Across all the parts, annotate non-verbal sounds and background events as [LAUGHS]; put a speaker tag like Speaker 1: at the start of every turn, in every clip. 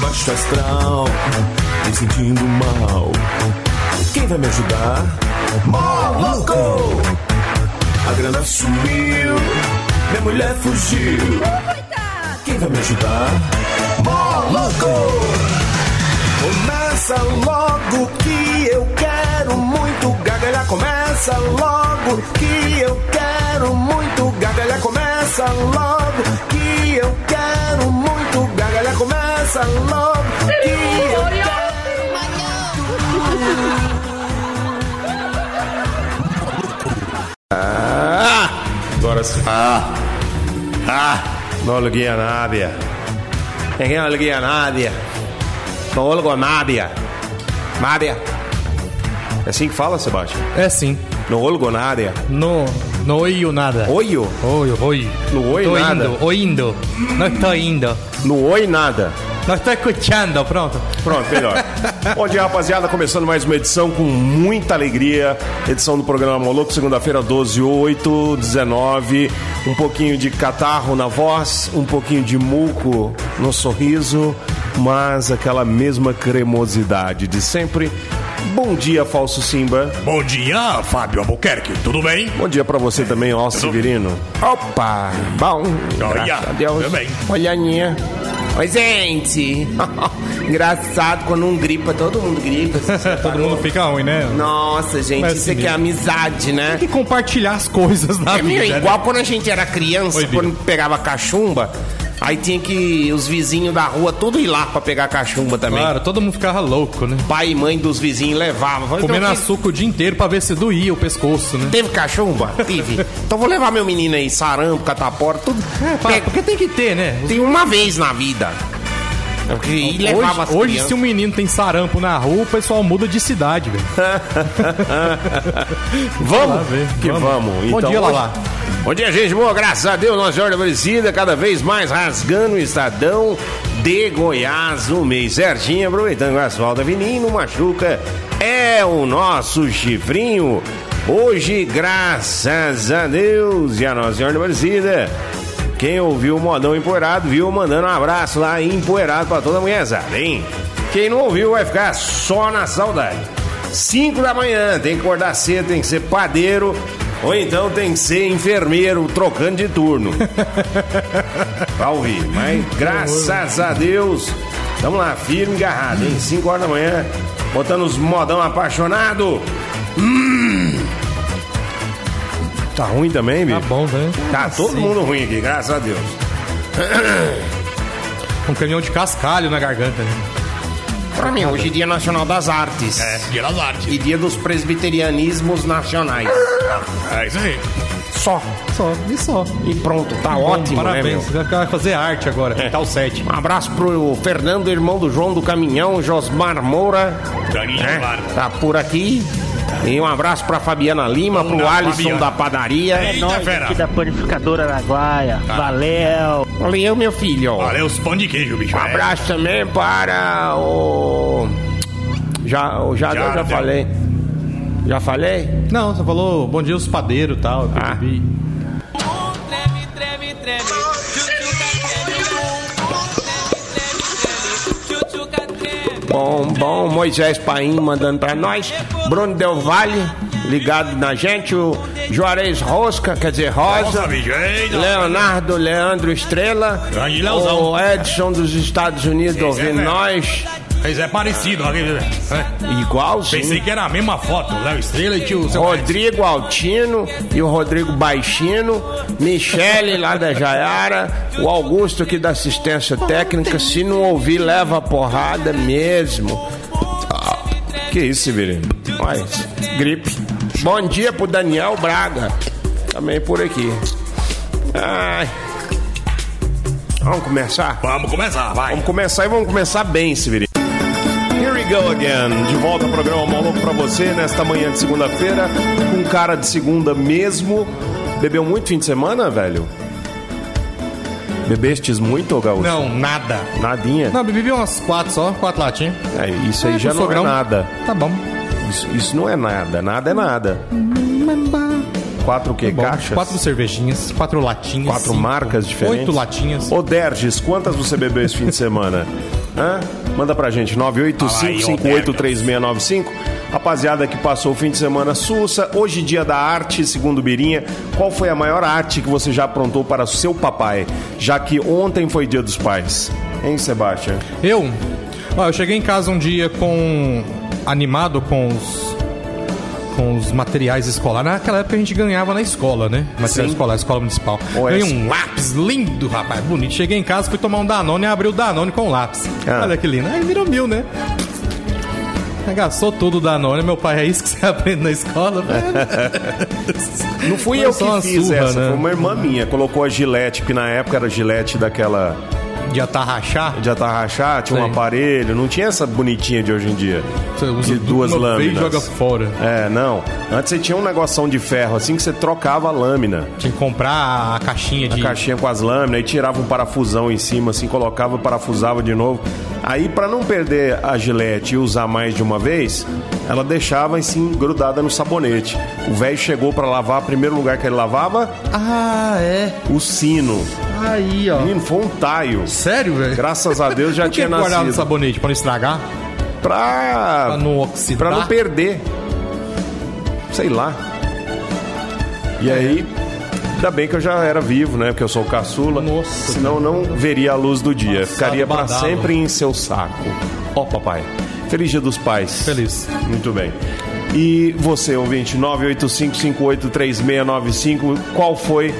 Speaker 1: baixo astral, me sentindo mal. Quem vai me ajudar? Moloco! A grana sumiu, minha mulher fugiu. Quem vai me ajudar? Moloco! Começa logo que eu quero muito gagalhar. Começa logo que eu quero muito gagalhar. Começa logo que eu quero muito gagalhar. Começa logo que eu quero
Speaker 2: Agora sim. Ah! Ah! Não liguei a nada. Ninguém liguei a nada. Não ligou a nada. Nada. É assim que fala, Sebastião?
Speaker 3: É sim.
Speaker 2: Não ligou nada.
Speaker 3: No, no oio nada.
Speaker 2: Oio?
Speaker 3: Oi, oi.
Speaker 2: No oi
Speaker 3: Tô
Speaker 2: nada.
Speaker 3: indo, oi indo. Não estou indo.
Speaker 2: No oi nada.
Speaker 3: Não estou escutando, pronto.
Speaker 2: Pronto, melhor. Bom dia, rapaziada. Começando mais uma edição com muita alegria. Edição do programa Moloco, segunda-feira, 12, 8, 19. Um pouquinho de catarro na voz, um pouquinho de muco no sorriso, mas aquela mesma cremosidade de sempre. Bom dia, Falso Simba.
Speaker 4: Bom dia, Fábio Albuquerque, tudo bem?
Speaker 2: Bom dia pra você também, ó, Severino. Opa! Bom! Graças a Deus.
Speaker 4: tudo bem.
Speaker 2: Olha a minha.
Speaker 5: Oi, gente! [LAUGHS] Engraçado, quando um gripa, todo mundo gripa.
Speaker 3: É, Todo mundo fica ruim, né?
Speaker 5: Nossa, gente,
Speaker 3: Mas
Speaker 5: isso aqui é
Speaker 3: mesmo.
Speaker 5: amizade, né?
Speaker 3: Tem que compartilhar as coisas na
Speaker 5: É meio
Speaker 3: vida. né?
Speaker 5: igual quando a gente era criança,
Speaker 3: Oi, Bia.
Speaker 5: quando pegava cachumba, aí tinha que os vizinhos da rua tudo ir lá pra pegar cachumba também.
Speaker 3: Claro, todo mundo ficava louco, né?
Speaker 5: Pai e mãe dos vizinhos levavam. Falava,
Speaker 3: Comendo
Speaker 5: então,
Speaker 3: açúcar o dia inteiro pra ver se doía o pescoço, né?
Speaker 5: Teve cachumba? Tive. então vou levar meu menino aí, sarampo, catapora, tudo.
Speaker 3: É, pá,
Speaker 5: Pega-
Speaker 3: porque tem que ter, né?
Speaker 5: Tem uma vez na vida. É porque- E levava as
Speaker 3: Hoje, hoje,
Speaker 5: crianças.
Speaker 3: se um menino tem sarampo na rua, o pessoal muda de cidade, velho.
Speaker 2: Vamos?
Speaker 3: Lá ver,
Speaker 2: que
Speaker 3: vamos.
Speaker 2: vamos.
Speaker 3: Bom dia,
Speaker 2: hoje-
Speaker 3: Lala.
Speaker 2: Bom dia, gente. Boa, graças a Deus, Nossa Senhora Aparecida, cada vez mais rasgando o Estadão de Goiás no mês. Certinho, aproveitando o asfalto avenino, Machuca é o nosso chifrinho. Hoje, graças a Deus e a Nossa Senhora Aparecida. Quem ouviu o modão empoeirado, viu mandando um abraço lá empoeirado pra toda a mulherzada, hein? Quem não ouviu vai ficar só na saudade. 5 da manhã, tem que acordar cedo, tem que ser padeiro ou então tem que ser enfermeiro trocando de turno. pra ouvir, mas graças a Deus, estamos lá, firme e agarrado, hein? 5 horas da manhã, botando os modão apaixonado. Hum. Tá ruim também, bicho?
Speaker 3: Tá bom, né?
Speaker 2: Tá todo
Speaker 3: Assim,
Speaker 2: mundo ruim aqui, graças a Deus.
Speaker 3: Um caminhão de cascalho na garganta, né?
Speaker 5: Pra mim, hoje é Dia Nacional das Artes.
Speaker 4: É, Dia das Artes.
Speaker 5: E Dia dos Presbiterianismos Nacionais.
Speaker 4: É isso aí.
Speaker 5: Só.
Speaker 3: Só, e só.
Speaker 5: E pronto, tá
Speaker 3: Bom,
Speaker 5: ótimo, né,
Speaker 3: Parabéns,
Speaker 5: meu?
Speaker 3: você vai ficar- fazer arte agora, pintar o set.
Speaker 5: Um abraço pro Fernando, irmão do João do Caminhão, Josmar Moura.
Speaker 4: Daí,
Speaker 5: né?
Speaker 4: claro.
Speaker 5: Tá por aqui. E um abraço pra Fabiana Lima, pro
Speaker 4: da
Speaker 5: Alisson
Speaker 4: Fabiana.
Speaker 5: da padaria.
Speaker 4: Eita,
Speaker 6: Nós
Speaker 4: fera.
Speaker 6: aqui da Panificadora Araguaia. Valeu!
Speaker 5: Olha eu, meu filho. ó.
Speaker 4: Valeu os pão de queijo, bicho. É.
Speaker 5: Um abraço também para o. Já, o Jardim, eu já
Speaker 4: Jardim.
Speaker 5: falei. Já falei?
Speaker 3: Não, você falou bom dia os padeiros e tal. eu
Speaker 5: Ah.
Speaker 3: percebi.
Speaker 5: Bom, bom, Moisés Paim mandando pra nós. Bruno Del Valle, ligado na gente. O Juarez Rosca, quer dizer, Rosa.
Speaker 4: Nossa, bicho. Eita.
Speaker 5: Leonardo Leandro Estrela.
Speaker 4: Grande Leozão.
Speaker 5: O Edson dos Estados Unidos
Speaker 4: Esse é
Speaker 5: ouvindo
Speaker 4: fera.
Speaker 5: nós.
Speaker 4: Mas é parecido. olha aqui. É. Pensei
Speaker 5: Igualzinho.
Speaker 4: que era a mesma foto. Léo Estrela e tio... seu-
Speaker 5: Rodrigo Altino e o Rodrigo Baixino, Michele lá da Jaiara, o Augusto aqui da assistência técnica, se não ouvir, leva porrada mesmo. Ah,
Speaker 2: Que isso, Severino?
Speaker 5: Mas, gripe. Bom dia pro Daniel Braga. Também por aqui. Ai. Vamos começar?
Speaker 4: Vamos começar, vai.
Speaker 2: Vamos começar e vamos começar bem, Severino. Here we go again. De volta ao programa Maluco pra você nesta manhã de segunda-feira, com cara de segunda mesmo. Bebeu muito fim de semana, velho? Bebestes muito, ô Gaúcho?
Speaker 3: Não, nada.
Speaker 2: Nadinha?
Speaker 3: Não, bebi umas quatro só, quatro latinhas.
Speaker 2: É, isso aí
Speaker 3: Ah,
Speaker 2: já
Speaker 3: com
Speaker 2: não
Speaker 3: sogrão.
Speaker 2: é nada.
Speaker 3: Tá bom.
Speaker 2: Isso, isso não é nada. Nada é nada.
Speaker 3: Hum,
Speaker 2: Quatro o quê?
Speaker 3: Tá Bom,
Speaker 2: Caixas?
Speaker 3: Quatro cervejinhas, quatro latinhas.
Speaker 2: Quatro
Speaker 3: cinco,
Speaker 2: marcas diferentes?
Speaker 3: Oito latinhas. [LAUGHS]
Speaker 2: Ô, Derges, quantas você bebeu esse fim de semana?
Speaker 5: Hã? Manda pra gente, 985583695. Rapaziada que passou o fim de semana sussa, hoje dia da arte, segundo Birinha, qual foi a maior arte que você já aprontou para seu papai? Já que ontem foi dia dos pais. Hein, Sebastião?
Speaker 3: Eu? Ó, eu cheguei em casa um dia com. animado com os. com os materiais escolares. Naquela época a gente ganhava na escola, né? Material
Speaker 5: Sim.
Speaker 3: escolar, escola municipal.
Speaker 5: Ou
Speaker 3: Ganhei
Speaker 5: essa.
Speaker 3: um lápis lindo, rapaz, bonito. Cheguei em casa, fui tomar um Danone e abri o Danone com o lápis.
Speaker 5: Ah.
Speaker 3: Olha que lindo. Aí virou mil, né? Gastou tudo o Danone, meu pai, é isso que você [LAUGHS] aprende na escola?
Speaker 5: Não fui
Speaker 3: Foi
Speaker 5: eu
Speaker 3: só uma
Speaker 5: que fiz
Speaker 3: surra,
Speaker 5: essa,
Speaker 3: né?
Speaker 5: foi uma irmã minha. Colocou a gilete, que na época era gilete daquela
Speaker 3: De atarrachar?
Speaker 5: de atarrachar, tinha um
Speaker 3: Sim.
Speaker 5: aparelho. Não tinha essa bonitinha de hoje em dia.
Speaker 3: Você usa
Speaker 5: de duas
Speaker 3: uma vez e
Speaker 5: lâminas.
Speaker 3: joga fora.
Speaker 5: É, não. Antes você tinha um negocinho de ferro, assim que você trocava a lâmina.
Speaker 3: Tinha que comprar a caixinha de.
Speaker 5: Caixinha com as lâminas, aí tirava um parafusão em cima, assim, colocava, parafusava de novo. Aí, pra não perder a gilete e usar mais de uma vez, ela deixava, assim, grudada no sabonete. O velho chegou pra lavar, o primeiro lugar que ele lavava,
Speaker 3: Ah, é.
Speaker 5: o sino.
Speaker 3: Aí, ó.
Speaker 5: Menino, foi um taio.
Speaker 3: Sério, velho?
Speaker 5: Graças a Deus já
Speaker 3: [LAUGHS] Por que
Speaker 5: tinha
Speaker 3: que guardava no
Speaker 5: nascido.
Speaker 3: sabonete pra não estragar?
Speaker 5: Pra...
Speaker 3: Pra não oxidar?
Speaker 5: Pra não perder. Sei lá. E aí, ainda bem que eu já era vivo, né? Porque eu sou caçula.
Speaker 3: Nossa.
Speaker 5: Senão eu não veria a luz do dia.
Speaker 3: Nossa,
Speaker 5: Ficaria pra
Speaker 3: badalo.
Speaker 5: sempre em seu saco. Ó, papai. Feliz dia dos pais.
Speaker 3: Feliz.
Speaker 5: Muito bem. E você, ouvinte, 985583695, qual foi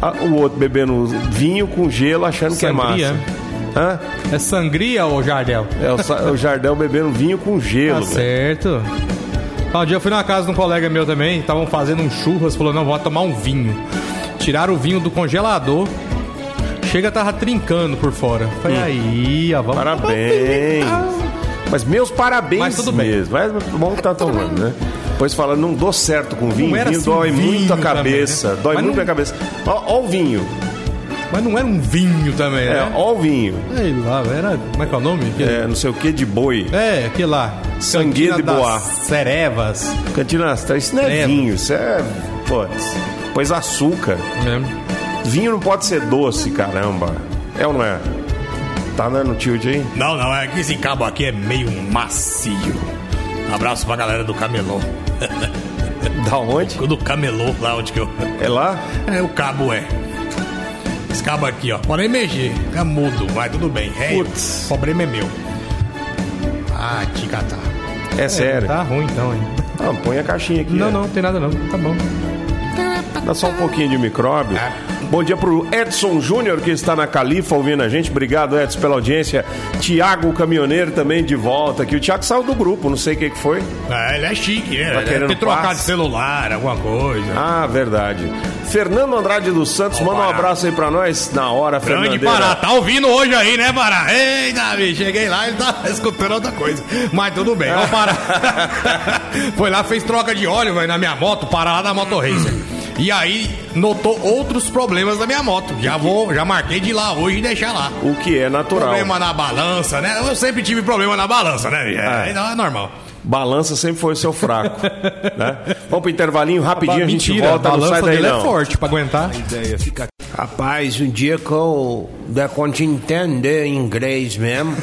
Speaker 5: a- o outro bebendo vinho com gelo achando que é
Speaker 3: Sangria.
Speaker 5: massa? Hã?
Speaker 3: É sangria ou jardel?
Speaker 5: É o, Sa- o Jardel bebendo vinho com gelo.
Speaker 3: Tá
Speaker 5: velho.
Speaker 3: certo. Ah, Um dia eu fui na casa de um colega meu também, estavam fazendo um churras, falou, não, vou tomar um vinho. Tiraram o vinho do congelador, chega, tava trincando por fora. Falei,
Speaker 5: Hum.
Speaker 3: aí, ó, vamos
Speaker 5: Parabéns. Mas meus parabéns
Speaker 3: Mas tudo bem.
Speaker 5: mesmo. Mas bom que tá tomando, né? Pois fala, não dou certo com vinho.
Speaker 3: Não era
Speaker 5: vinho
Speaker 3: assim
Speaker 5: dói
Speaker 3: vinho
Speaker 5: muito a
Speaker 3: também,
Speaker 5: cabeça.
Speaker 3: né?
Speaker 5: Dói
Speaker 3: Mas
Speaker 5: muito
Speaker 3: não-
Speaker 5: a cabeça. Ó, ó o vinho.
Speaker 3: Mas não era um vinho também,
Speaker 5: É,
Speaker 3: né?
Speaker 5: ó o vinho.
Speaker 3: Sei lá, era. Como é que é o nome? Aquele-
Speaker 5: É, não sei o que de boi.
Speaker 3: É, aquele lá.
Speaker 5: Sangue
Speaker 3: Cantina
Speaker 5: de
Speaker 3: das
Speaker 5: Boá.
Speaker 3: Cerevas.
Speaker 5: Cantina Astral, isso não é
Speaker 3: Credo.
Speaker 5: vinho, isso é. Putz. Pois açúcar. Vinho não pode ser doce, caramba. É ou não é? Tá dando tilt aí?
Speaker 4: Não, não, é que esse cabo aqui é meio macio. Abraço pra galera do Camelô.
Speaker 5: Da onde?
Speaker 4: Do Camelô, lá onde que eu.
Speaker 5: É lá?
Speaker 4: É, o cabo é. Esse cabo aqui, ó. Podem mexer. Fica mudo, vai tudo bem. É,
Speaker 5: Putz.
Speaker 4: O problema é meu. Ah, te catar.
Speaker 5: É sério.
Speaker 3: Tá ruim então, hein?
Speaker 5: Ah, põe a caixinha aqui.
Speaker 3: Não,
Speaker 5: é.
Speaker 3: não, tem nada não. Tá bom.
Speaker 5: Dá só um pouquinho de micróbio.
Speaker 3: É.
Speaker 5: Bom dia pro Edson Júnior, que está na Califa ouvindo a gente. Obrigado, Edson, pela audiência. Tiago Caminhoneiro também de volta aqui. O Tiago saiu do grupo, não sei o que, que foi.
Speaker 4: Ah, ele é chique, né?
Speaker 5: Tá
Speaker 4: Deve
Speaker 5: querendo
Speaker 4: ter trocado
Speaker 5: passe?
Speaker 4: de celular, alguma coisa.
Speaker 5: Ah, verdade. Fernando Andrade dos Santos, manda um
Speaker 4: Pará.
Speaker 5: abraço aí pra nós. Na hora,
Speaker 4: Grande
Speaker 5: Fernando. é.
Speaker 4: Pará, tá ouvindo hoje aí, né, Pará? Eita, bicho, cheguei lá, ele tá escutando outra coisa. Mas tudo bem,
Speaker 3: [LAUGHS]
Speaker 4: ó, Pará. Foi lá, fez troca de óleo, velho, na minha moto, Pará lá na Moto
Speaker 5: [LAUGHS]
Speaker 4: Racer. E aí, notou outros problemas da minha moto. Já vou, já marquei de ir lá hoje e deixar lá.
Speaker 5: O que é natural.
Speaker 4: Problema na balança, né? Eu sempre tive problema na balança, né? bicho? É,
Speaker 5: É.
Speaker 4: Não é normal.
Speaker 5: Balança sempre foi o seu
Speaker 3: [LAUGHS]
Speaker 5: fraco. né? Vamos pro intervalinho rapidinho, a gente volta.
Speaker 3: a
Speaker 5: Não sai
Speaker 3: balança
Speaker 5: daí,
Speaker 3: dele é
Speaker 5: não.
Speaker 3: forte pra aguentar.
Speaker 7: Rapaz, o dia que eu der conta de entender inglês mesmo,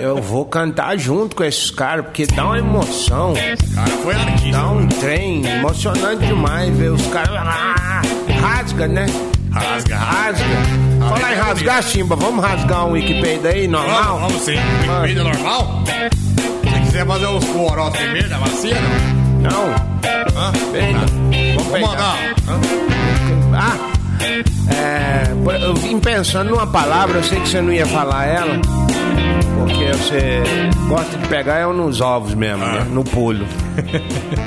Speaker 7: eu vou cantar junto com esses caras, porque dá uma emoção.
Speaker 4: Cara, foi artista.
Speaker 5: Então,
Speaker 7: Dá um trem emocionante demais ver os caras. Ah, rasga, né?
Speaker 4: Rasga, rasga.
Speaker 7: Rasga. Fala em rasgar, Simba. Vamos rasgar um Wikipedia aí,
Speaker 4: Vamos,
Speaker 7: normal?
Speaker 4: vamos sim. Comida normal? Se quiser fazer os corotos primeiro da bacia, não.
Speaker 7: Não.
Speaker 4: Hã?
Speaker 7: Pega. Vamos
Speaker 4: Vamos
Speaker 7: pegar.
Speaker 4: mandar.
Speaker 7: Ah, é, por- eu vim pensando numa palavra, eu sei que você não ia falar ela, porque você gosta de pegar eu nos ovos mesmo,
Speaker 4: Ah.
Speaker 7: né? no
Speaker 4: [LAUGHS]
Speaker 7: pulo.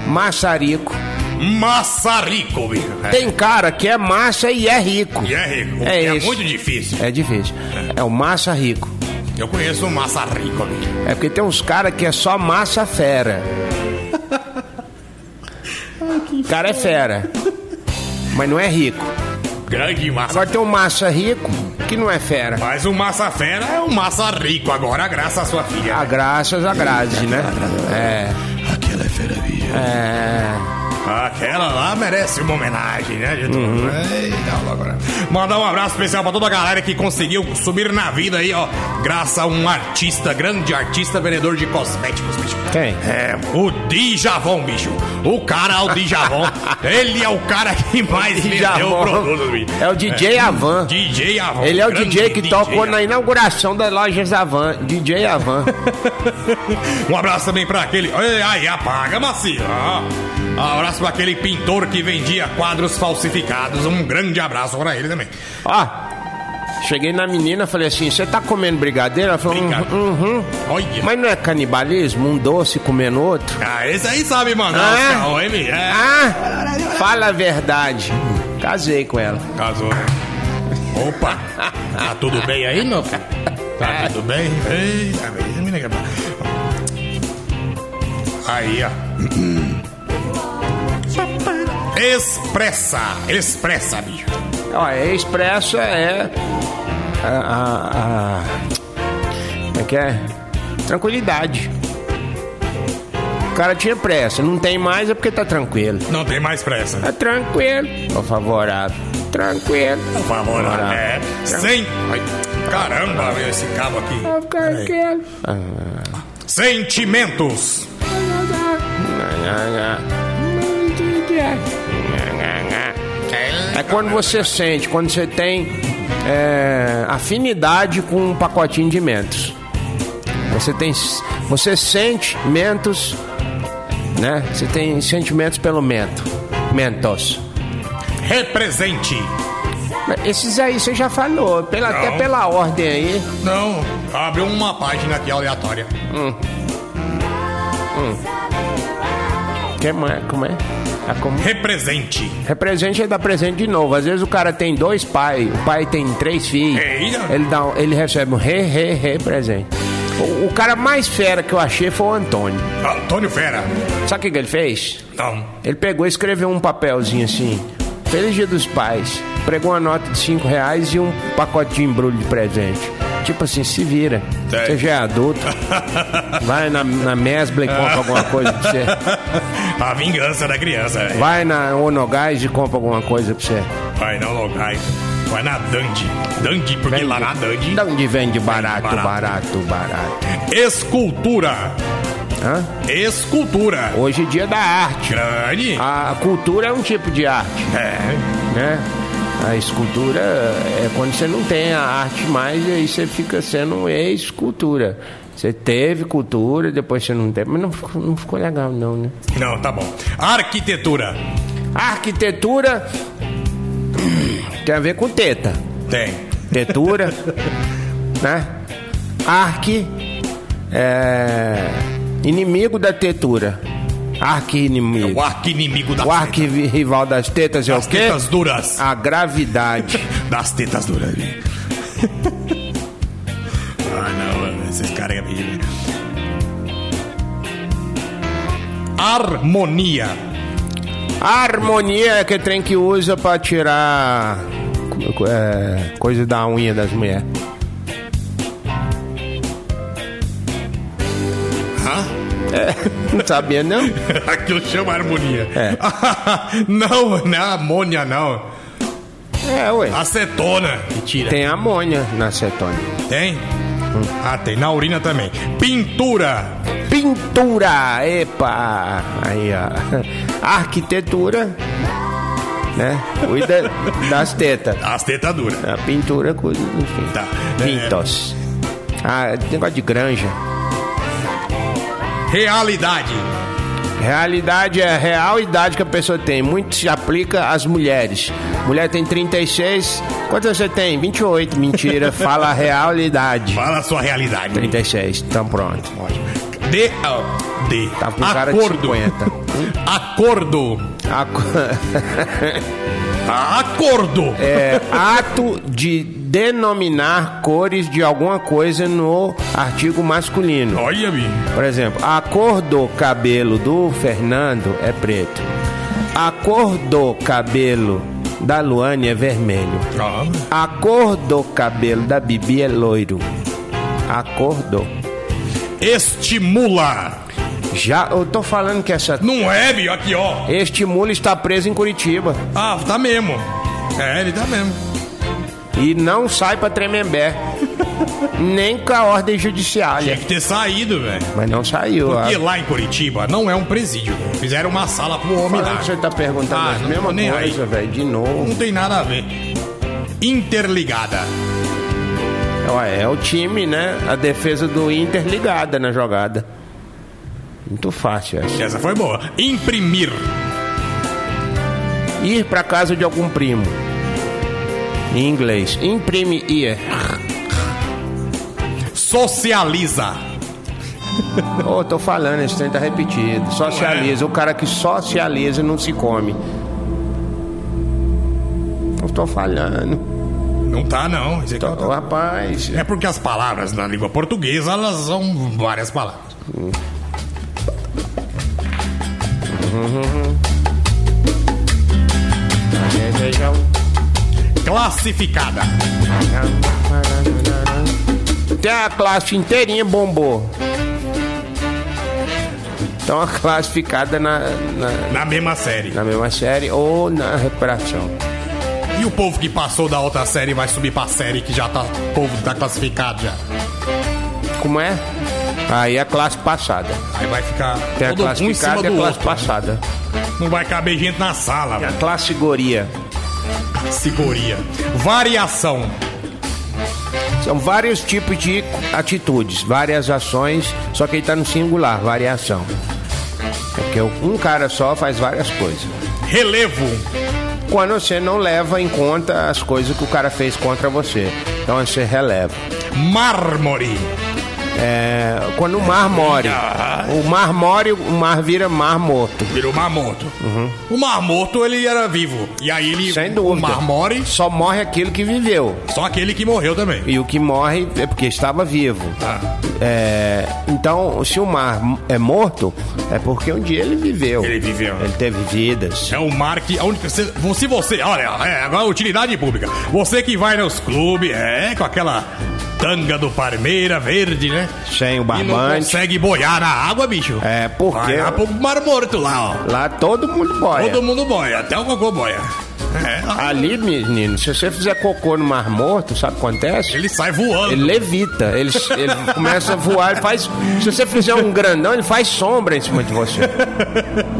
Speaker 7: Maçarico.
Speaker 4: Massarico, bicho. É.
Speaker 7: Tem cara que é massa e é rico.
Speaker 4: E é rico.
Speaker 7: É
Speaker 4: É,
Speaker 7: isso.
Speaker 4: muito difícil.
Speaker 7: É difícil. É o massa rico.
Speaker 4: Eu conheço um massarico, bicho.
Speaker 7: É porque tem uns caras que é só massa
Speaker 4: [LAUGHS]
Speaker 7: fera. O cara é fera, mas não é rico.
Speaker 4: Grande massa.
Speaker 7: Agora tem um massa rico que não é fera.
Speaker 4: Mas o massa fera é um massa rico agora, graças à sua filha.
Speaker 7: A graças a grade, né? É. Aquela é fera É.
Speaker 4: Aquela lá merece uma homenagem, né? De tudo.
Speaker 7: Uhum.
Speaker 4: Eita, agora. Mandar um abraço especial pra toda a galera que conseguiu subir na vida aí, ó. Graças a um artista, grande artista, vendedor de cosméticos, bicho.
Speaker 2: Quem?
Speaker 4: É, o Dijavon, bicho. O cara é o
Speaker 5: [LAUGHS]
Speaker 4: Dijavon. Ele é o cara que mais vendeu
Speaker 2: Djavon.
Speaker 4: produtos, bicho.
Speaker 5: É o DJ Avan.
Speaker 4: DJ Avon.
Speaker 5: Ele é o
Speaker 4: grande
Speaker 5: DJ que tocou
Speaker 4: Avon.
Speaker 5: na inauguração das lojas Avan. DJ Avan.
Speaker 4: Um abraço também pra aquele. Ei, Aí, apaga, macia. Ah, Um abraço pra aquele pintor que vendia quadros falsificados. Um grande abraço pra ele também.
Speaker 5: [LAUGHS] Ó, cheguei na menina falei assim: Você tá comendo brigadeiro? Ela falou:
Speaker 4: Obrigado.
Speaker 5: "Uhum, uhum.
Speaker 4: Olha.
Speaker 5: Mas não é canibalismo? Um doce comendo outro?
Speaker 4: Ah, esse aí sabe mandar os
Speaker 5: Ah.
Speaker 4: carros, hein, bicho? É.
Speaker 5: Ah, fala a verdade. Casei com ela.
Speaker 4: Casou. né? Opa! Tá tudo bem aí, meu filho? Tá tudo bem? Eita, me liga pra- Aí, ó. Expressa! Expressa, bicho.
Speaker 5: Ó, a expressa é. A, a- a- Como é que é? Tranquilidade. O cara tinha pressa, não tem mais é porque tá tranquilo.
Speaker 4: Não tem mais pressa.
Speaker 5: Tá tranquilo. Tô favorável. Tranquilo.
Speaker 4: Por favor,
Speaker 5: Bora.
Speaker 4: é. Sem. Ai, caramba, meu, esse cabo aqui.
Speaker 5: Tô tranquilo.
Speaker 4: Sentimentos.
Speaker 5: É quando você sente, quando você tem é, afinidade com um pacotinho de mentos. Você tem. Você sente mentos, né? Você tem sentimentos pelo mento. Mentos.
Speaker 4: Represente.
Speaker 5: Mas Esses aí você já falou, pela,
Speaker 4: Não.
Speaker 5: até pela ordem aí.
Speaker 4: Não, abriu uma página aqui aleatória.
Speaker 5: Que é, como é? Ah, como?
Speaker 4: Represente.
Speaker 5: Represente é dar presente de novo. Às vezes o cara tem dois pais, o pai tem três filhos.
Speaker 4: Eita.
Speaker 5: Ele, dá, um- ele recebe um re, re, re presente. O, o cara mais fera que eu achei foi o Antônio.
Speaker 4: Antônio Fera. Então,
Speaker 5: Sabe o que, que ele fez?
Speaker 4: Não.
Speaker 5: Ele pegou e escreveu um papelzinho assim: Feliz Dia dos Pais. Pregou uma nota de cinco reais e um pacote de embrulho de presente. Tipo assim, se vira.
Speaker 4: Sei.
Speaker 5: Você já é adulto. Vai na, na Mesbla e compra alguma coisa pra você.
Speaker 4: [LAUGHS] A vingança da criança. velho.
Speaker 5: Vai na Onogás e compra alguma coisa pra você.
Speaker 4: Vai não logai. Vai na Dandy. Dandy, porque lá na Dandy.
Speaker 5: De onde vende barato,
Speaker 4: Vende
Speaker 5: barato, barato?
Speaker 4: Escultura.
Speaker 5: Hã?
Speaker 4: Escultura.
Speaker 5: Hoje é dia da arte.
Speaker 4: Grande.
Speaker 5: A cultura é um tipo de arte,
Speaker 4: É.
Speaker 5: né? A escultura é quando você não tem a arte mais, e aí você fica sendo um ex-cultura. Você teve cultura, depois você não teve. Mas não ficou, não ficou legal, não, né?
Speaker 4: Não, tá bom. Arquitetura.
Speaker 5: Arquitetura tem a ver com teta.
Speaker 4: Tem.
Speaker 5: Arquitetura, [LAUGHS] né? Arque é inimigo da tetura. Arque inimigo.
Speaker 4: É O arqui-inimigo da
Speaker 5: O arque rival das tetas é o
Speaker 4: Das
Speaker 5: quê?
Speaker 4: tetas duras.
Speaker 5: A gravidade. [LAUGHS]
Speaker 4: Das tetas duras. gente. ah, não, mano. Esses caras é meio- Harmonia.
Speaker 5: A harmonia é que trem que usa pra tirar é, coisa da unha das mulheres.
Speaker 4: Hã?
Speaker 5: É, [LAUGHS] Não sabia, não?
Speaker 4: [LAUGHS] Aquilo chama harmonia.
Speaker 5: É.
Speaker 4: [LAUGHS] não, não é amônia, não.
Speaker 5: É, ué.
Speaker 4: Acetona.
Speaker 5: Tem amônia na acetona.
Speaker 4: Tem? Ah, tem. Na urina também. Pintura.
Speaker 5: Pintura, epa! Aí, ó. Arquitetura, né? Cuida das tetas.
Speaker 4: As tetas duras.
Speaker 5: A pintura, cuida, enfim.
Speaker 4: Tá.
Speaker 5: Pintos. Ah, negócio de granja.
Speaker 4: Realidade.
Speaker 5: Realidade é a real idade que a pessoa tem. Muito se aplica às mulheres. Mulher tem 36. Quanto você tem? 28. Mentira. Fala a realidade.
Speaker 4: Fala a sua realidade.
Speaker 5: 36. Então pronto.
Speaker 4: De. ah, de.
Speaker 5: Tá com cara de 50.
Speaker 4: [LAUGHS] Acordo. Ah,
Speaker 5: Aco-
Speaker 4: Acordo.
Speaker 5: É ato de denominar cores de alguma coisa no artigo masculino.
Speaker 4: Olha, bicho.
Speaker 5: Por exemplo, a cor do cabelo do Fernando é preto. A cor do cabelo da Luane é vermelho.
Speaker 4: Ah,
Speaker 5: A cor do cabelo da Bibi é loiro. Acordou.
Speaker 4: Estimula.
Speaker 5: Já, eu tô falando que essa.
Speaker 4: Não é, bicho, aqui, ó.
Speaker 5: Este mulo está preso em Curitiba.
Speaker 4: Ah, tá mesmo. É, ele tá mesmo.
Speaker 5: E não sai pra Tremembé. Nem com a ordem judiciária.
Speaker 4: Tinha que ter saído, velho.
Speaker 5: Mas não saiu.
Speaker 4: Porque
Speaker 5: Porque
Speaker 4: lá em Curitiba não é um presídio. Fizeram uma sala pro homem
Speaker 5: Falando
Speaker 4: lá.
Speaker 5: que você tá perguntando
Speaker 4: Ah,
Speaker 5: a
Speaker 4: não
Speaker 5: mesma
Speaker 4: tô nem
Speaker 5: coisa, velho, de
Speaker 4: Não
Speaker 5: novo.
Speaker 4: tem nada a ver. Interligada.
Speaker 5: Ó, é o time, né? A defesa do Inter ligada na jogada. Muito fácil essa.
Speaker 4: Essa foi boa. Imprimir. É.
Speaker 5: Ir pra casa de algum primo. Em inglês. Imprime ir.
Speaker 4: Socializa.
Speaker 5: Ô, tô falando, esse trem tá repetido. Socializa. O
Speaker 4: é?
Speaker 5: cara que socializa não se come. Eu tô falando.
Speaker 4: Não tá, não. Esse aqui
Speaker 5: Tô,
Speaker 4: não tá.
Speaker 5: rapaz.
Speaker 4: É porque as palavras na língua portuguesa, elas são várias palavras. Classificada.
Speaker 5: Até a classe inteirinha bombou. Então a classe ficada na, na,
Speaker 4: Na mesma série.
Speaker 5: na mesma série ou na recuperação.
Speaker 4: E o povo que passou da outra série vai subir pra série que já tá. O povo tá classificado já.
Speaker 5: Como é? Aí a classe passada.
Speaker 4: Aí vai ficar
Speaker 5: Tem a
Speaker 4: todo
Speaker 5: classe
Speaker 4: um em cima
Speaker 5: ficada e
Speaker 4: do
Speaker 5: a classe
Speaker 4: outro.
Speaker 5: passada.
Speaker 4: Não vai caber gente na sala,
Speaker 5: A
Speaker 4: velho.
Speaker 5: classe goria.
Speaker 4: Seguria. Variação.
Speaker 5: São vários tipos de atitudes, várias ações, só que ele tá no singular, variação. É porque um cara só faz várias coisas.
Speaker 4: Relevo.
Speaker 5: Quando você não leva em conta as coisas que o cara fez contra você. Então você releva.
Speaker 4: Mármore.
Speaker 5: É, quando o mar more. O mar more, o mar vira mar morto.
Speaker 4: Virou marmoto. O marmoto, ele era vivo. E aí ele.
Speaker 5: Sem dúvida.
Speaker 4: O marmore,
Speaker 5: Só morre aquilo que viveu.
Speaker 4: só aquele que morreu também.
Speaker 5: E o que morre é porque estava vivo.
Speaker 4: Ah,
Speaker 5: É, então, se o mar é morto, é porque um dia ele viveu.
Speaker 4: Ele viveu. né?
Speaker 5: Ele teve vidas.
Speaker 4: É o mar que. A única, se, se você. Olha, é, agora utilidade pública. Você que vai nos clubes, é, com aquela tanga do Parmeira verde, né?
Speaker 5: Sem
Speaker 4: E
Speaker 5: o
Speaker 4: não
Speaker 5: barbante.
Speaker 4: consegue boiar na água, bicho.
Speaker 5: É, porque
Speaker 4: Vai lá pro mar morto lá, ó.
Speaker 5: lá todo mundo boia.
Speaker 4: Todo mundo boia, até o cocô boia. É, ó.
Speaker 5: Ali, menino, se você fizer cocô no mar morto, sabe o que acontece?
Speaker 4: ele sai voando.
Speaker 5: Ele levita, ele, ele começa a voar, ele faz. Se você fizer um grandão, ele faz sombra em cima de você.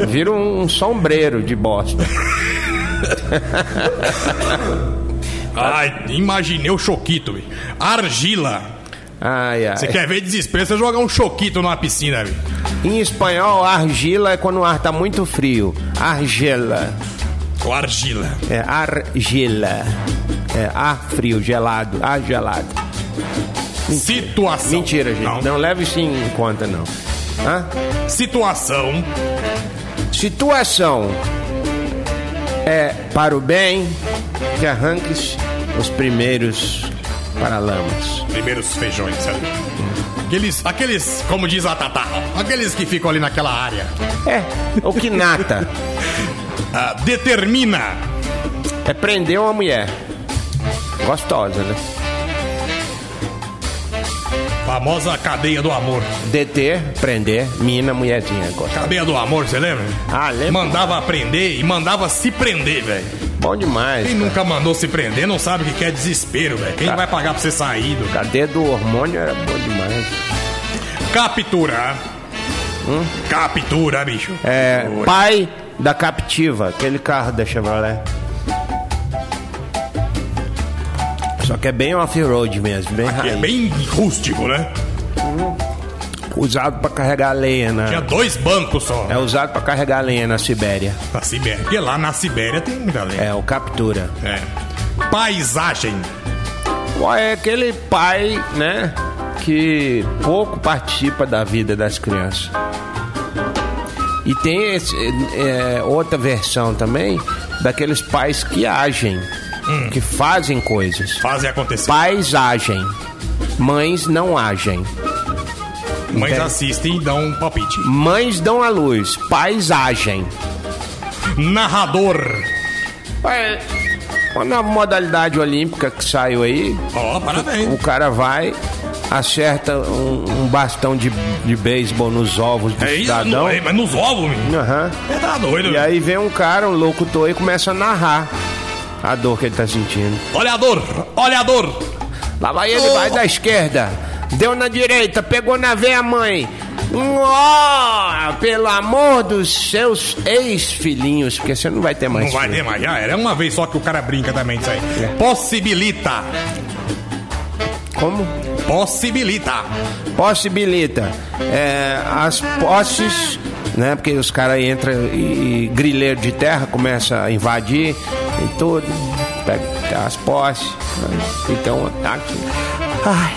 Speaker 5: Vira um, sombreiro de bosta.
Speaker 4: Ai, imaginei o choquito, bicho. Argila.
Speaker 5: Ai, ai.
Speaker 4: Você quer ver desespero? Você jogar um choquito numa piscina, bicho.
Speaker 5: Em espanhol, argila é quando o ar tá muito frio. Argela.
Speaker 4: Ou argila.
Speaker 5: É argila. É ar frio, gelado. Ar gelado.
Speaker 4: Situação.
Speaker 5: Mentira, gente. Não,
Speaker 4: Não.
Speaker 5: leve isso em conta, não. Hã?
Speaker 4: Situação.
Speaker 5: Situação é para o bem que arranques os primeiros paralamas.
Speaker 4: Primeiros feijões, sabe? Aqueles, aqueles, como diz a Tatá, aqueles que ficam ali naquela área.
Speaker 5: É, o que nata [LAUGHS]
Speaker 4: Ah, determina.
Speaker 5: é prender uma mulher. Gostosa, né?
Speaker 4: Famosa cadeia do amor.
Speaker 5: Deter, prender, mina, mulherzinha. Gostosa.
Speaker 4: Cadeia do amor, você lembra?
Speaker 5: Ah, lembro.
Speaker 4: Mandava aprender e mandava se prender, velho.
Speaker 5: Bom demais.
Speaker 4: Quem nunca mandou se prender não sabe o que que é desespero, velho.
Speaker 5: Tá.
Speaker 4: Quem vai pagar pra você sair? Do...
Speaker 5: Cadê do hormônio era bom demais.
Speaker 4: Capturar.
Speaker 5: Hum?
Speaker 4: Captura, bicho.
Speaker 5: É, pai da captiva, aquele carro da Chevrolet. Só que é bem off-road mesmo, bem
Speaker 4: Que
Speaker 5: raiz.
Speaker 4: é bem rústico, né?
Speaker 5: Usado pra carregar lenha, né?
Speaker 4: Tinha dois bancos só.
Speaker 5: É usado pra carregar lenha na Sibéria.
Speaker 4: Na Sibéria. Porque lá na Sibéria tem muita lei.
Speaker 5: É, o captura.
Speaker 4: É. Paisagem.
Speaker 5: É aquele pai, né? Que pouco participa da vida das crianças. E tem esse, é, outra versão também daqueles pais que agem, que fazem coisas.
Speaker 4: Fazem acontecer.
Speaker 5: Pais agem, mães não agem.
Speaker 4: Mães
Speaker 5: Entende?
Speaker 4: assistem e dão um palpite.
Speaker 5: Mães dão à luz, pais agem.
Speaker 4: Narrador.
Speaker 5: É, na modalidade olímpica que saiu aí,
Speaker 4: Ó, parabéns.
Speaker 5: o cara vai, acerta um, um bastão de, de beisebol nos ovos do
Speaker 4: É isso,
Speaker 5: cidadão.
Speaker 4: não, é, mas nos ovos, menino.
Speaker 5: Aham.
Speaker 4: Você tá doido,
Speaker 5: E
Speaker 4: meu.
Speaker 5: aí vem um cara, um locutor, e começa a narrar a dor que ele tá sentindo.
Speaker 4: Olha a dor, olha a dor.
Speaker 5: Lá vai ele,
Speaker 4: Oh!
Speaker 5: vai da esquerda. Deu na direita, pegou na veia, mãe. Ó, pelo amor dos seus ex-filhinhos, porque você não vai ter mais
Speaker 4: Não vai ter
Speaker 5: filho.
Speaker 4: mais, já era. É uma vez só que o cara brinca também disso aí. Possibilita,
Speaker 5: Como?
Speaker 4: possibilita.
Speaker 5: Possibilita. É, as posses, né? Porque os caras entram e, e grileiro de terra começa a invadir e tudo. Pega as posses. né? Então, aqui. Ai.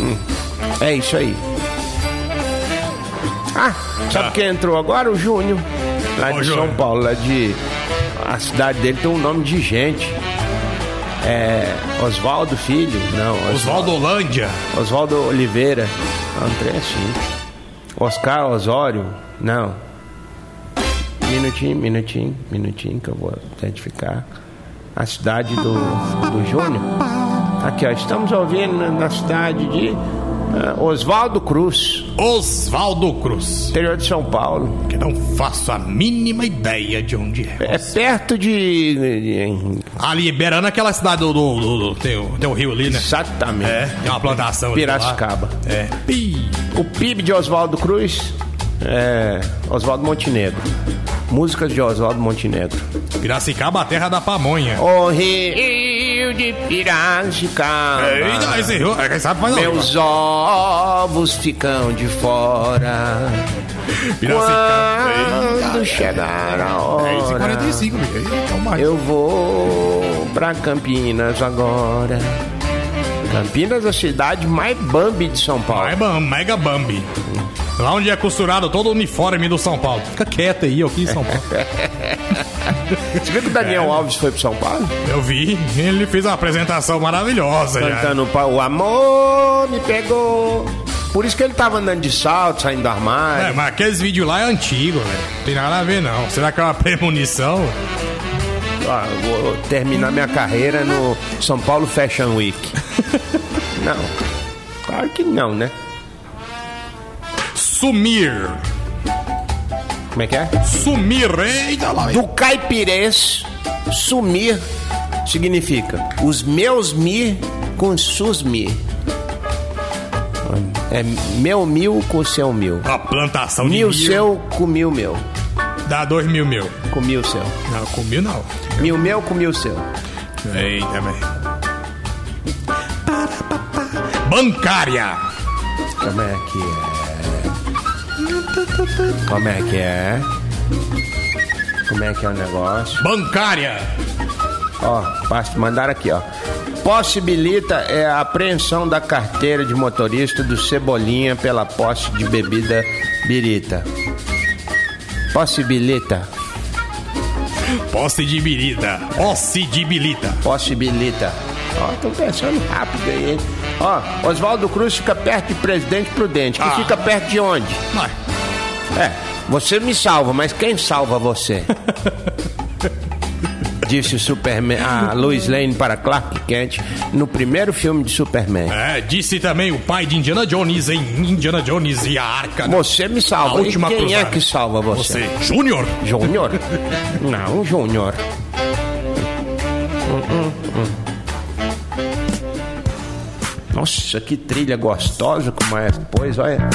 Speaker 5: hum, É isso aí. Ah, sabe quem entrou agora? O Júnior. Lá
Speaker 4: Tá. Ô,
Speaker 5: de
Speaker 4: Júnior.
Speaker 5: São Paulo, lá de. A cidade dele tem um nome de gente. É. Oswaldo Filho? Não,
Speaker 4: Oswaldo Holândia.
Speaker 5: Oswaldo Oliveira. Ah, um trem assim. Oscar Osório. Não. Minutinho, minutinho, minutinho que eu vou identificar. A cidade do, do Júnior. Aqui, ó. Estamos ouvindo na- na cidade de ah, Oswaldo Cruz,
Speaker 4: Oswaldo Cruz.
Speaker 5: interior de São Paulo.
Speaker 4: Que não faço a mínima ideia de onde é.
Speaker 5: É perto de. de-
Speaker 4: Ali, Berana, aquela cidade do. do, do- do- tem, o, tem o rio ali, né?
Speaker 5: exatamente.
Speaker 4: É, tem uma plantação ali.
Speaker 5: Piracicaba.
Speaker 4: lá. É. Ih,
Speaker 5: O PIB de Oswaldo Cruz é Oswaldo Montenegro. Músicas de Oswaldo Montenegro.
Speaker 4: Piracicaba, a terra da pamonha.
Speaker 5: O rio de Piracicaba
Speaker 4: Eita, esse rio. é, Quem sabe faz não.
Speaker 5: Meus ovos ficam de fora
Speaker 4: Piracicaba.
Speaker 5: Quando chegar a
Speaker 4: É isso,
Speaker 5: hora
Speaker 4: 45, bicho. Eita, uma-
Speaker 5: Eu vou pra Campinas agora Campinas é a cidade mais bambi de São Paulo
Speaker 4: É bam, mega Bambi. Lá onde é costurado todo o uniforme do São Paulo. Fica quieto aí, eu aqui em São Paulo. é?
Speaker 5: Você viu que o Daniel Alves foi pro São Paulo?
Speaker 4: Eu vi, ele fez uma apresentação maravilhosa. Já.
Speaker 5: Tá Cantando pra- o amor me pegou Por isso que ele tava andando de salto, saindo do armário
Speaker 4: É, mas aqueles vídeos lá é antigo, velho. Não tem nada a ver, não. Será que é uma [LAUGHS] premonição?
Speaker 5: Ah, vou terminar minha carreira no São Paulo Fashion Week. Não. Claro que não, né?
Speaker 4: Sumir.
Speaker 5: Como é que é?
Speaker 4: Sumir. Eita, lá.
Speaker 5: Do caipirês, sumir significa os meus mir com sus mir. É meu mil com seu mil.
Speaker 4: A plantação de
Speaker 5: Mil
Speaker 4: mil.
Speaker 5: seu com mil meu.
Speaker 4: Dá dois mil mil.
Speaker 5: Com mil seu.
Speaker 4: Não, com mil não.
Speaker 5: Mil meu com mil seu.
Speaker 4: Eita, velho. Bancária.
Speaker 5: Como é que é? Como é que é? Como é que é o negócio?
Speaker 4: Bancária.
Speaker 5: Ó, basta mandar aqui, ó. Possibilita é a apreensão da carteira de motorista do Cebolinha pela posse de bebida birita. Possibilita,
Speaker 4: Posse de birita. Posse de birita.
Speaker 5: possibilita. Ó, tô pensando rápido aí, hein? Ó, Oswaldo Cruz fica perto de Presidente Prudente, que
Speaker 4: Ah.
Speaker 5: fica perto de onde?
Speaker 4: Vai.
Speaker 5: É, você me salva, mas quem
Speaker 4: [LAUGHS]
Speaker 5: salva você? Disse Superman, a Lois Lane para Clark Kent no primeiro filme de Superman.
Speaker 4: É, disse também o pai de Indiana Jones em Indiana Jones e a Arca.
Speaker 5: Você me
Speaker 4: a
Speaker 5: salva.
Speaker 4: última
Speaker 5: e quem
Speaker 4: cruzada.
Speaker 5: é que salva você?
Speaker 4: Você, Júnior.
Speaker 5: Júnior? Não, Júnior. Hum, hum, hum. Nossa, que trilha gostosa que o maestro pôs, olha.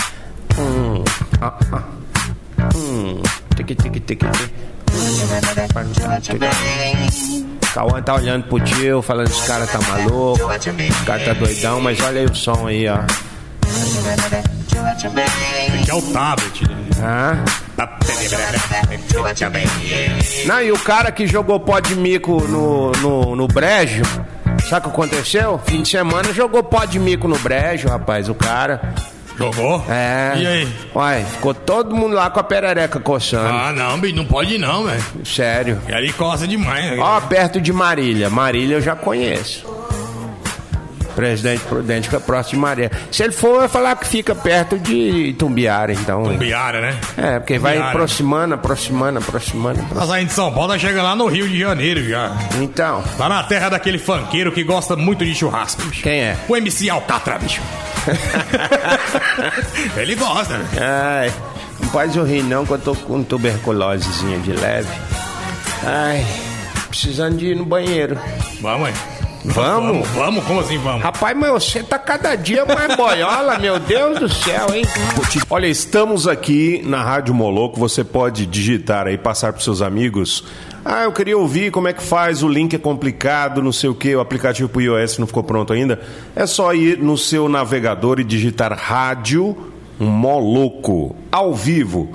Speaker 5: Hum, ah, ah. Hum, tique, tique, tique, tique. Cauã tá olhando pro tio, falando esse cara tá maluco, esse cara tá doidão, mas olha aí o som aí, ó.
Speaker 4: Que é o tablet.
Speaker 5: Ah. Não, e o cara que jogou pó de mico no, no, no brejo, sabe o que aconteceu? Fim de semana jogou pó de mico no brejo, rapaz, o cara.
Speaker 4: Jogou?
Speaker 5: É.
Speaker 4: E aí?
Speaker 5: Uai, ficou todo mundo lá com a perereca coçando.
Speaker 4: Ah, não, bicho, não pode não, velho.
Speaker 5: Sério.
Speaker 4: E ali coça demais. né?
Speaker 5: Ó, perto de Marília. Marília eu já conheço. Presidente Prudente fica próximo de Marília. Se ele for, vai falar que fica perto de Tumbiara, então.
Speaker 4: Biara, né?
Speaker 5: É, porque vai
Speaker 4: Tumbiara.
Speaker 5: aproximando, aproximando, aproximando.
Speaker 4: Tá saindo de São Paulo, tá chegando lá no Rio de Janeiro já. Tá
Speaker 5: Então.
Speaker 4: Lá na terra daquele funkeiro que gosta muito de churrasco, bicho.
Speaker 5: Quem é?
Speaker 4: O MC Alcatra, bicho. Ele gosta, né?
Speaker 2: Ai, não pode eu rir não, que eu tô com tuberculosezinha de leve. Ai, precisando de ir no banheiro.
Speaker 4: Vamos aí.
Speaker 2: Vamos?
Speaker 4: Vamos? Como assim vamos?
Speaker 2: Rapaz, mas você tá cada dia mais boiola, meu Deus do céu, hein?
Speaker 1: Olha, estamos aqui na Rádio Moloco. Você pode digitar aí, passar para seus amigos. Ah, eu queria ouvir como é que faz, o link é complicado, não sei o que, o aplicativo para iOS não ficou pronto ainda. É só ir no seu navegador e digitar Rádio Moloco, ao vivo.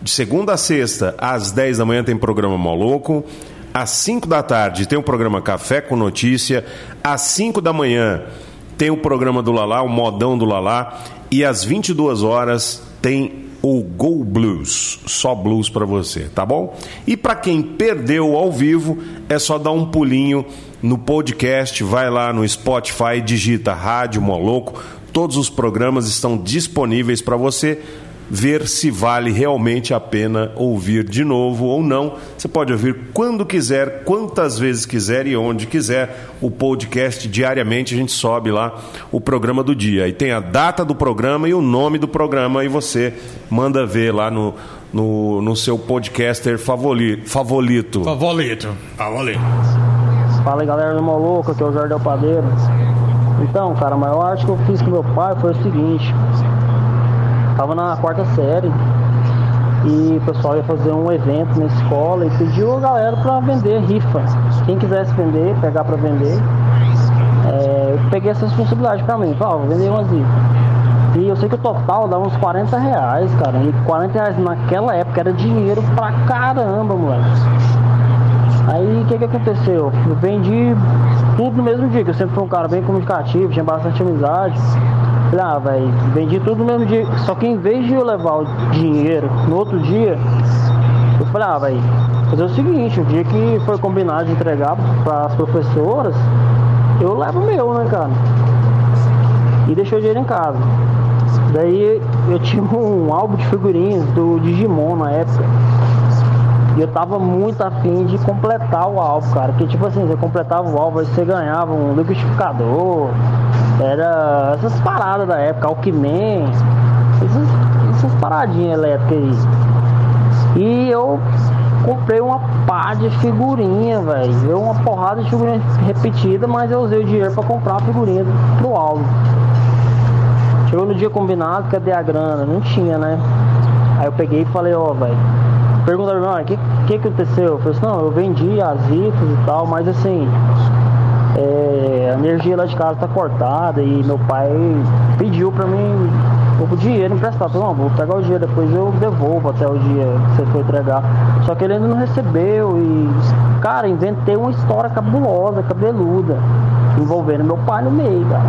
Speaker 1: De segunda a sexta, às 10 da manhã, tem programa Moloco. Às 5 da tarde, tem o programa Café com Notícia. Às 5 da manhã, tem o programa do Lalá, o Modão do Lalá. E às 22 horas, tem o Go Blues. Só blues pra você, tá bom? E pra quem perdeu ao vivo, é só dar um pulinho no podcast. Vai lá no Spotify, digita Rádio Moloco. Todos os programas estão disponíveis pra você ver se vale realmente a pena ouvir de novo ou não. Você pode ouvir quando quiser, quantas vezes quiser e onde quiser. O podcast diariamente a gente sobe lá o programa do dia. E tem a data do programa e o nome do programa e você manda ver lá no, no, no seu podcaster favori, favorito.
Speaker 4: Favorito. Favorito.
Speaker 6: Fala aí, galera do Maluco, aqui é o Jardel Padeiro. Então, cara, mas eu acho que eu fiz com meu pai foi o seguinte. Tava na quarta série e o pessoal ia fazer um evento na escola e pediu a galera pra vender rifa. Quem quisesse vender, pegar pra vender. É, eu peguei essa responsabilidade pra mim, falei, ó, vou vender umas rifas. E eu sei que o total dava uns 40 reais, cara. E 40 reais naquela época era dinheiro pra caramba, moleque. Aí o que, que aconteceu? Eu vendi tudo no mesmo dia, que eu sempre fui um cara bem comunicativo, tinha bastante amizade. Falei, ah, velho, vendi tudo no mesmo dia. Só que em vez de eu levar o dinheiro no outro dia, eu falei, ah, velho, fazer o seguinte, o dia que foi combinado de entregar para as professoras, eu levo o meu, né, cara? E deixei o dinheiro em casa. Daí eu tinha um álbum de figurinhas do Digimon na época. E eu tava muito afim de completar o álbum, cara. Que tipo assim, você completava o álbum, aí você ganhava um liquidificador, era essas paradas da época, Alckmin, essas, essas paradinhas elétricas aí. E eu comprei uma pá de figurinha, velho. Deu uma porrada de figurinha repetida, mas eu usei o dinheiro pra comprar a figurinha pro álbum. Chegou no dia combinado, cadê a grana? Não tinha, né? Aí eu peguei e falei, ó, velho. Perguntaram pra mim, "Ah, o que, que aconteceu? Eu falei assim, não, eu vendi as rifas e tal, mas assim, é, a energia lá de casa tá cortada e meu pai pediu pra mim um pouco de dinheiro emprestado. Eu falei, não, vou pegar o dinheiro, depois eu devolvo até o dia que você for entregar. Só que ele ainda não recebeu e, cara, inventei uma história cabulosa, cabeluda, envolvendo meu pai no meio, cara.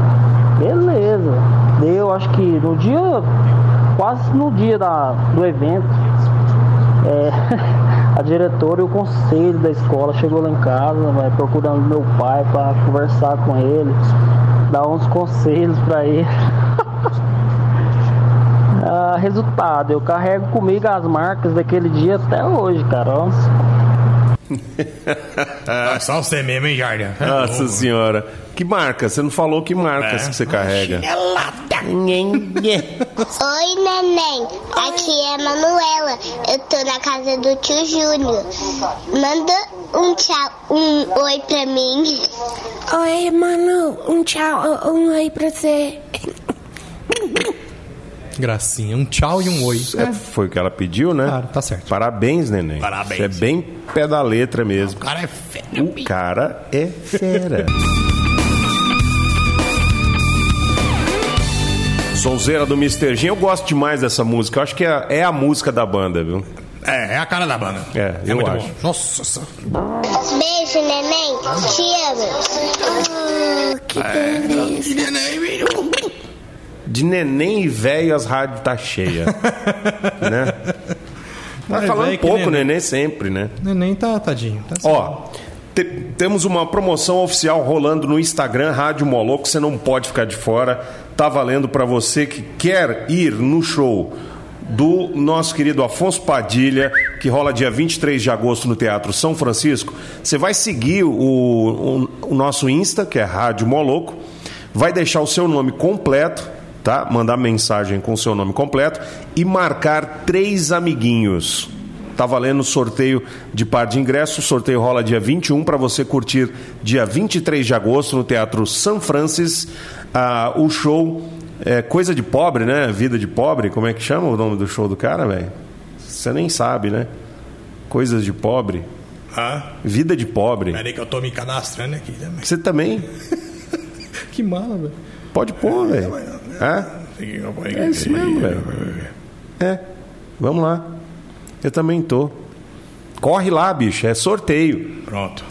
Speaker 6: Beleza. Deu, acho que no dia, quase no dia da, do evento, é, [LAUGHS] a diretora e o conselho da escola chegou lá em casa, vai procurando meu pai para conversar com ele, dar uns conselhos para ele. Ah, resultado, eu carrego comigo as marcas daquele dia até hoje, cara. ó.
Speaker 4: Ah, só você mesmo, hein,
Speaker 1: Ah,
Speaker 4: Jardim?
Speaker 1: Nossa senhora. Que marca? Você não falou que marcas
Speaker 4: É.
Speaker 1: que você carrega.
Speaker 8: Oi, neném. Aqui é a Manuela. Eu tô na casa do tio Júnior. Manda um tchau, um oi pra mim.
Speaker 9: Oi, mano. Um tchau, um oi pra você.
Speaker 3: Gracinha. Um tchau e um oi.
Speaker 1: É, foi o que ela pediu, né?
Speaker 3: Claro, tá certo.
Speaker 1: Parabéns, neném.
Speaker 4: Parabéns.
Speaker 1: Você é bem pé da letra mesmo.
Speaker 4: O cara é fera.
Speaker 1: O cara é fera. Sonzeira do Mr. Jean, eu gosto demais dessa música. Eu acho que é, é a música da banda, viu?
Speaker 4: É, é a cara da banda.
Speaker 1: É, eu
Speaker 4: muito
Speaker 1: acho.
Speaker 4: bom. Nossa, senhora.
Speaker 8: Beijo, neném. Te amo.
Speaker 9: Que beleza.
Speaker 1: De neném e velho, as rádios
Speaker 3: [LAUGHS]
Speaker 1: tá cheia. né? Tá
Speaker 3: Mas
Speaker 1: falando
Speaker 3: velho que
Speaker 1: pouco,
Speaker 3: neném.
Speaker 1: neném sempre, né?
Speaker 3: Neném tá tadinho. Tá certo.
Speaker 1: Ó, te- temos uma promoção oficial rolando no Instagram, Rádio Moloco, você não pode ficar de fora. Tá valendo para você que quer ir no show do nosso querido Afonso Padilha, que rola dia 23 de agosto no Teatro São Francisco. Você vai seguir o, o- o nosso Insta, que é Rádio Moloco, vai deixar o seu nome completo tá? Mandar mensagem com seu nome completo e marcar três amiguinhos. Tá valendo sorteio de par de ingressos. Sorteio rola dia 21 para você curtir dia 23 de agosto no Teatro San Francis ah, o show é, Coisa de Pobre, né? Vida de Pobre, como é que chama o nome do show do cara, velho? Você nem sabe, né? Coisas de Pobre.
Speaker 4: Ah,
Speaker 1: Vida de Pobre.
Speaker 4: peraí que eu tô me cadastrando aqui também.
Speaker 1: Você também
Speaker 3: [LAUGHS] Que mala, velho.
Speaker 1: pode pôr, velho. Hã? É isso mesmo, velho. É. Vamos lá. Eu também tô. Corre lá, bicho. É sorteio.
Speaker 4: Pronto.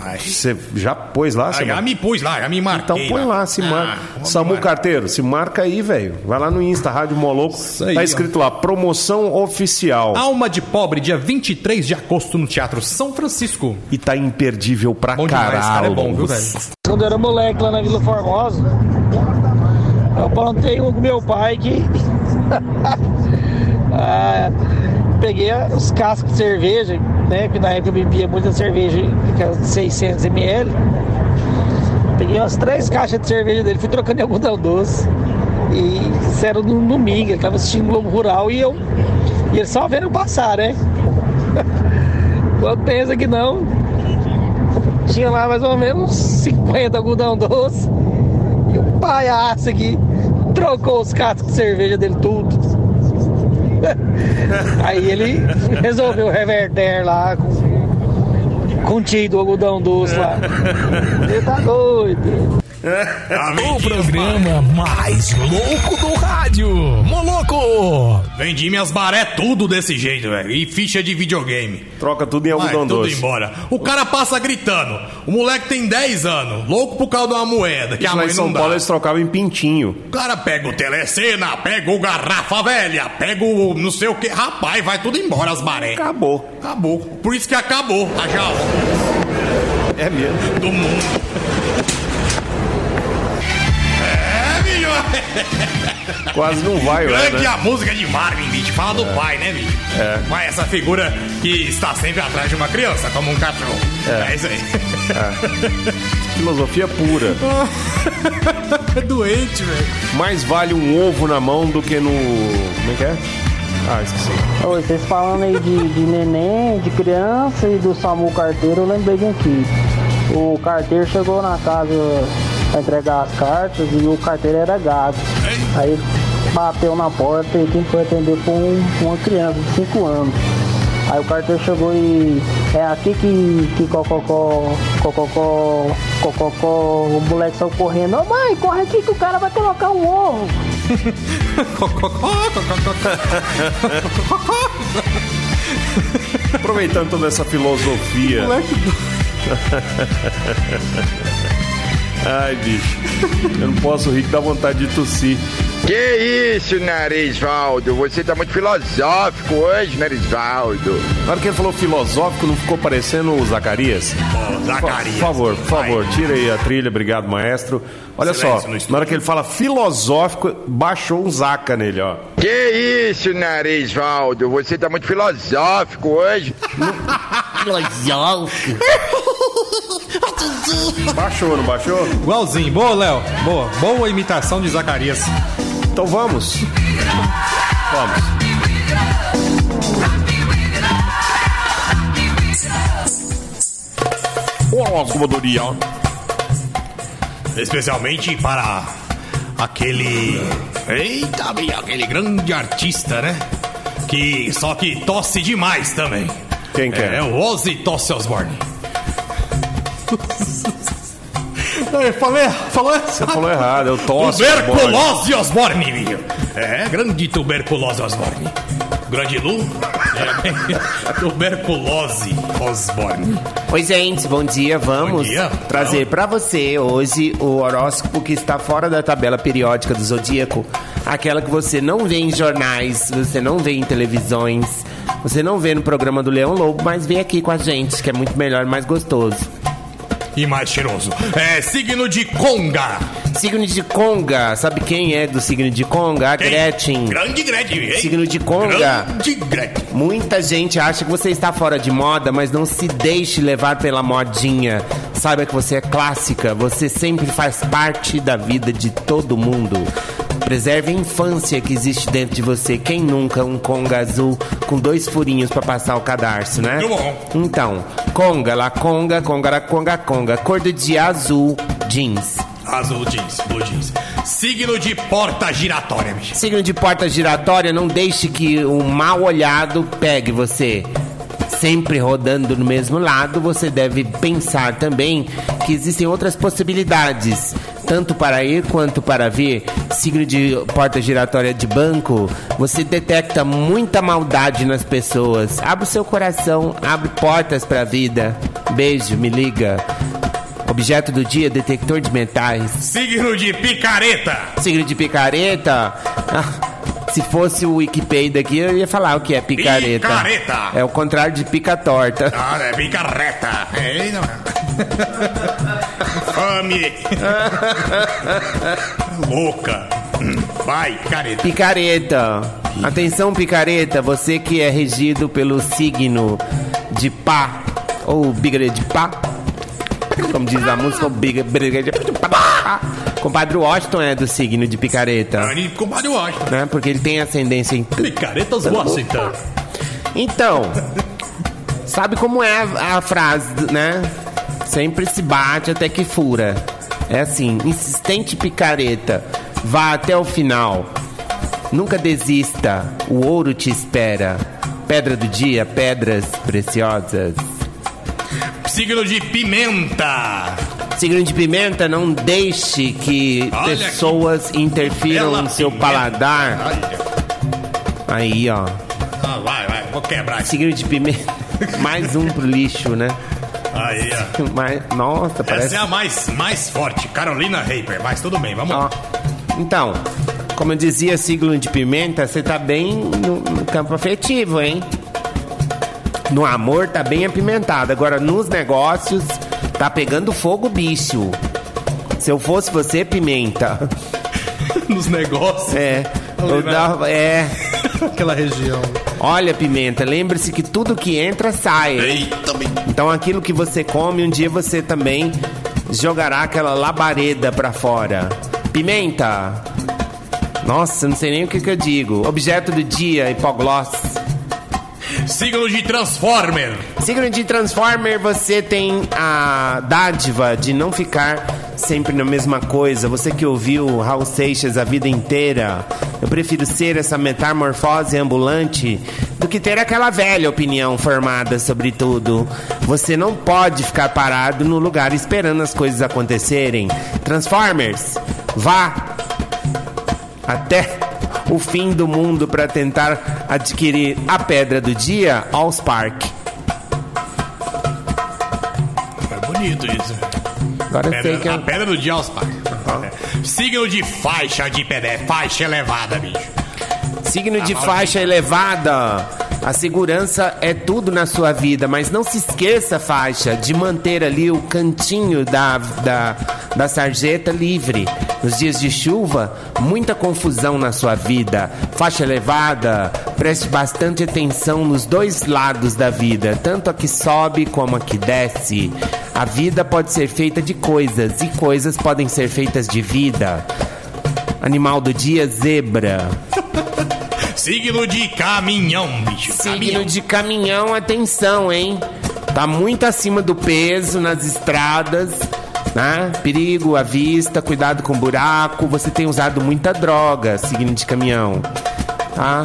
Speaker 4: Ai.
Speaker 1: Você já pôs lá?
Speaker 4: Ah,
Speaker 1: Samu?
Speaker 4: já me pus lá, já me marquei.
Speaker 1: Então põe lá, se
Speaker 4: Ah,
Speaker 1: marca. Samu Carteiro, se marca aí, velho. Vai lá no Insta, Rádio Moloco.
Speaker 3: aí,
Speaker 1: tá
Speaker 3: ó.
Speaker 1: escrito lá, promoção oficial.
Speaker 4: Ah.
Speaker 3: Alma de Pobre, dia 23 de agosto no Teatro São Francisco.
Speaker 1: E tá imperdível pra
Speaker 3: Bom
Speaker 1: caralho.
Speaker 3: demais, cara, é bom, viu, velho?
Speaker 10: Quando eu era moleque lá na Vila Formosa, eu aprontei um com meu pai que. [LAUGHS] Ah, peguei os cascos de cerveja, né? Que na época eu bebia muita cerveja, aquelas de 600ml. Peguei umas três caixas de cerveja dele, fui trocando em algodão doce. E isso era no domingo, ele tava assistindo Globo Rural e eu. E ele só vendo eu passar, né? [LAUGHS] Quando pensa que não, tinha lá mais ou menos 50 algodão doce. E o palhaço aqui trocou os cascos de cerveja dele tudo. [LAUGHS] Aí ele resolveu reverter lá com, com o tio do algodão doce lá. Ele tá doido.
Speaker 4: vendi,
Speaker 11: Programa mais louco do rádio. Moloco!
Speaker 4: vendi minhas baré tudo desse jeito, velho. E ficha de videogame.
Speaker 1: Troca tudo em
Speaker 4: Vai,
Speaker 1: algodão
Speaker 4: tudo
Speaker 1: doce.
Speaker 4: embora. O cara passa gritando. O moleque tem 10 anos, louco por causa de uma moeda, que a
Speaker 1: Isso lá
Speaker 4: mãe
Speaker 1: em São
Speaker 4: Ah, não dá.
Speaker 1: Paulo é eles trocavam em pintinho.
Speaker 4: O cara pega o telecena, pega o garrafa velha, pega o não sei o que. Rapaz, vai tudo embora as baré.
Speaker 1: Acabou.
Speaker 4: Acabou. Por isso que acabou a jaula
Speaker 1: É mesmo.
Speaker 4: do mundo. É, bicho.
Speaker 1: Quase não vai, velho.
Speaker 4: Grande
Speaker 1: né?
Speaker 4: a música de Marvin, bicho. Fala do pai, né, bicho? É. Mas essa figura que está sempre atrás de uma criança, como um cachorro. É, isso aí.
Speaker 1: Filosofia pura.
Speaker 4: É doente, velho.
Speaker 1: Mais vale um ovo na mão do que no. Como é que é? Ah, esqueci.
Speaker 10: Ô, vocês falando aí de, de neném, de criança e do Samu Carteiro, eu lembrei de um aqui. O carteiro chegou na casa pra entregar as cartas e o carteiro era gago. Aí bateu na porta e quem foi atender foi um- uma criança de 5 anos. Aí o carteiro chegou e é aqui que, que cococó, cococó, cococó, o moleque saiu correndo. Ô mãe, corre aqui que o cara vai colocar um ovo.
Speaker 1: Aproveitando toda essa filosofia. [LAUGHS] Ai, bicho. Eu não posso rir que dá vontade de tossir.
Speaker 12: Que isso, Narisvaldo? Você tá muito filosófico hoje, Narisvaldo.
Speaker 1: Na hora que ele falou filosófico, não ficou parecendo o Zacarias?
Speaker 4: Zacarias.
Speaker 1: Por favor, por favor, tira aí a trilha. Obrigado, maestro. Olha
Speaker 4: Silêncio no
Speaker 1: só,
Speaker 4: estúdio.
Speaker 1: na hora que ele fala filosófico, baixou um zaca nele, ó.
Speaker 12: Que isso, Narisvaldo? Você tá muito filosófico hoje.
Speaker 1: Baixou, não baixou?
Speaker 3: Igualzinho. Boa, Léo. Boa. Boa imitação de Zacarias.
Speaker 1: Então vamos. Vamos.
Speaker 4: Horóscopo do dia. Especialmente para aquele. Eita, bem, aquele grande artista, né? Que só que tosse demais também.
Speaker 1: Quem que é?
Speaker 4: É o Ozzy Tosse Osborne. Eu falei, falou
Speaker 1: Você falou errado, eu tosse. bola.
Speaker 4: Tuberculose Osborne, menino. É, grande tuberculose Osborne. Grande Lu? É, bem, [LAUGHS] tuberculose Osborne.
Speaker 5: Oi, gente, bom dia. Vamos
Speaker 4: Bom dia.
Speaker 5: trazer pra você hoje o horóscopo que está fora da tabela periódica do zodíaco. Aquela que você não vê em jornais, você não vê em televisões, você não vê no programa do Leão Lobo, mas vem aqui com a gente, que é muito melhor e mais gostoso.
Speaker 4: E mais cheiroso. É, signo de Conga.
Speaker 5: Signo de Conga, sabe quem é do signo de Conga? A
Speaker 4: Quem?
Speaker 5: Gretchen.
Speaker 4: Grande Gretchen. hein?
Speaker 5: Signo de Conga.
Speaker 4: Grande Gretchen.
Speaker 5: Muita gente acha que você está fora de moda, mas não se deixe levar pela modinha. Saiba que você é clássica, você sempre faz parte da vida de todo mundo. Preserve a infância que existe dentro de você. Quem nunca um conga azul com dois furinhos pra passar o cadarço, né?
Speaker 4: Muito bom.
Speaker 5: Então, conga, la conga, conga, la conga, conga. Cor do dia azul, jeans.
Speaker 4: Azul jeans, blue jeans. Signo de porta giratória, bicho.
Speaker 5: Signo de porta giratória, não deixe que o mal olhado pegue você. Sempre rodando no mesmo lado, você deve pensar também que existem outras possibilidades, tanto para ir quanto para vir. Signo de porta giratória de banco, você detecta muita maldade nas pessoas. Abre o seu coração, abre portas para a vida. Beijo, me liga. Objeto do dia, detector de metais.
Speaker 4: Signo de picareta.
Speaker 5: Signo de picareta? Ah, Se fosse o Wikipedia aqui, eu ia falar o que é picareta.
Speaker 4: Picareta.
Speaker 5: É o contrário de pica torta.
Speaker 4: Ah, é picareta. É, ele não é. Fame. Louca. Vai, picareta.
Speaker 5: Picareta. Atenção, picareta, você que é regido pelo signo de pá, ou bigra de pá, como diz a música, ou bigra, bigra de pá. Compadre Washington é do signo de picareta,
Speaker 4: Dani, compadre Washington.
Speaker 5: né? Porque ele tem ascendência em
Speaker 4: Picaretas Washington.
Speaker 5: Então, sabe como é a, a frase, né? Sempre se bate até que fura. É assim, insistente picareta, vá até o final. Nunca desista, o ouro te espera. Pedra do dia, pedras preciosas.
Speaker 4: Signo de pimenta.
Speaker 5: Signo de pimenta, não deixe que
Speaker 4: Olha que
Speaker 5: pessoas interfiram
Speaker 4: bela
Speaker 5: no seu
Speaker 4: pimenta.
Speaker 5: paladar.
Speaker 4: Olha.
Speaker 5: Aí, ó.
Speaker 4: Ah, vai, vai. Vou quebrar isso.
Speaker 5: Signo de pimenta, [LAUGHS] mais um pro lixo, né? [LAUGHS]
Speaker 4: Aí, ó.
Speaker 5: Mais... Nossa, parece
Speaker 4: Essa é a mais, mais forte, Carolina Raper. Mas tudo bem, vamos
Speaker 5: Ó,
Speaker 4: lá.
Speaker 5: Então, como eu dizia, signo de pimenta, você tá bem no, no campo afetivo, hein? No amor tá bem apimentado. Agora, nos negócios, tá pegando fogo, bicho. Se eu fosse você, pimenta. [LAUGHS]
Speaker 3: Nos negócios,
Speaker 5: É. Eu dava- é.
Speaker 3: aquela região.
Speaker 5: Olha, pimenta, lembre-se que tudo que entra sai.
Speaker 4: Eita, bem.
Speaker 5: Então aquilo que você come, um dia você também jogará aquela labareda pra fora. Pimenta. Nossa, não sei nem o que, que eu digo. Objeto do dia, hipogloss.
Speaker 4: Signo de Transformer.
Speaker 5: Signo de Transformer, você tem a dádiva de não ficar sempre na mesma coisa. Você que ouviu Raul Seixas a vida inteira. Eu prefiro ser essa metamorfose ambulante do que ter aquela velha opinião formada sobre tudo. Você não pode ficar parado no lugar esperando as coisas acontecerem. Transformers, vá até o fim do mundo para tentar adquirir a pedra do dia, Alls Park.
Speaker 4: É bonito isso.
Speaker 5: Ah. Agora eu sei
Speaker 4: Pedra-
Speaker 5: que é um-
Speaker 4: A
Speaker 5: eu...
Speaker 4: pedra do dia aos pais. É. Signo de faixa de pedé. Faixa elevada, bicho.
Speaker 5: Signo de faixa elevada. A segurança é tudo na sua vida, mas não se esqueça, faixa, de manter ali o cantinho da, da, da sarjeta livre. Nos dias de chuva, muita confusão na sua vida. Faixa elevada, preste bastante atenção nos dois lados da vida, tanto a que sobe como a que desce. A vida pode ser feita de coisas e coisas podem ser feitas de vida. Animal do dia, zebra.
Speaker 4: Signo de caminhão, bicho.
Speaker 5: Signo
Speaker 4: Caminhão.
Speaker 5: de caminhão, atenção, hein? Tá muito acima do peso nas estradas, né? Perigo à vista, cuidado com buraco. Você tem usado muita droga, signo de caminhão, tá?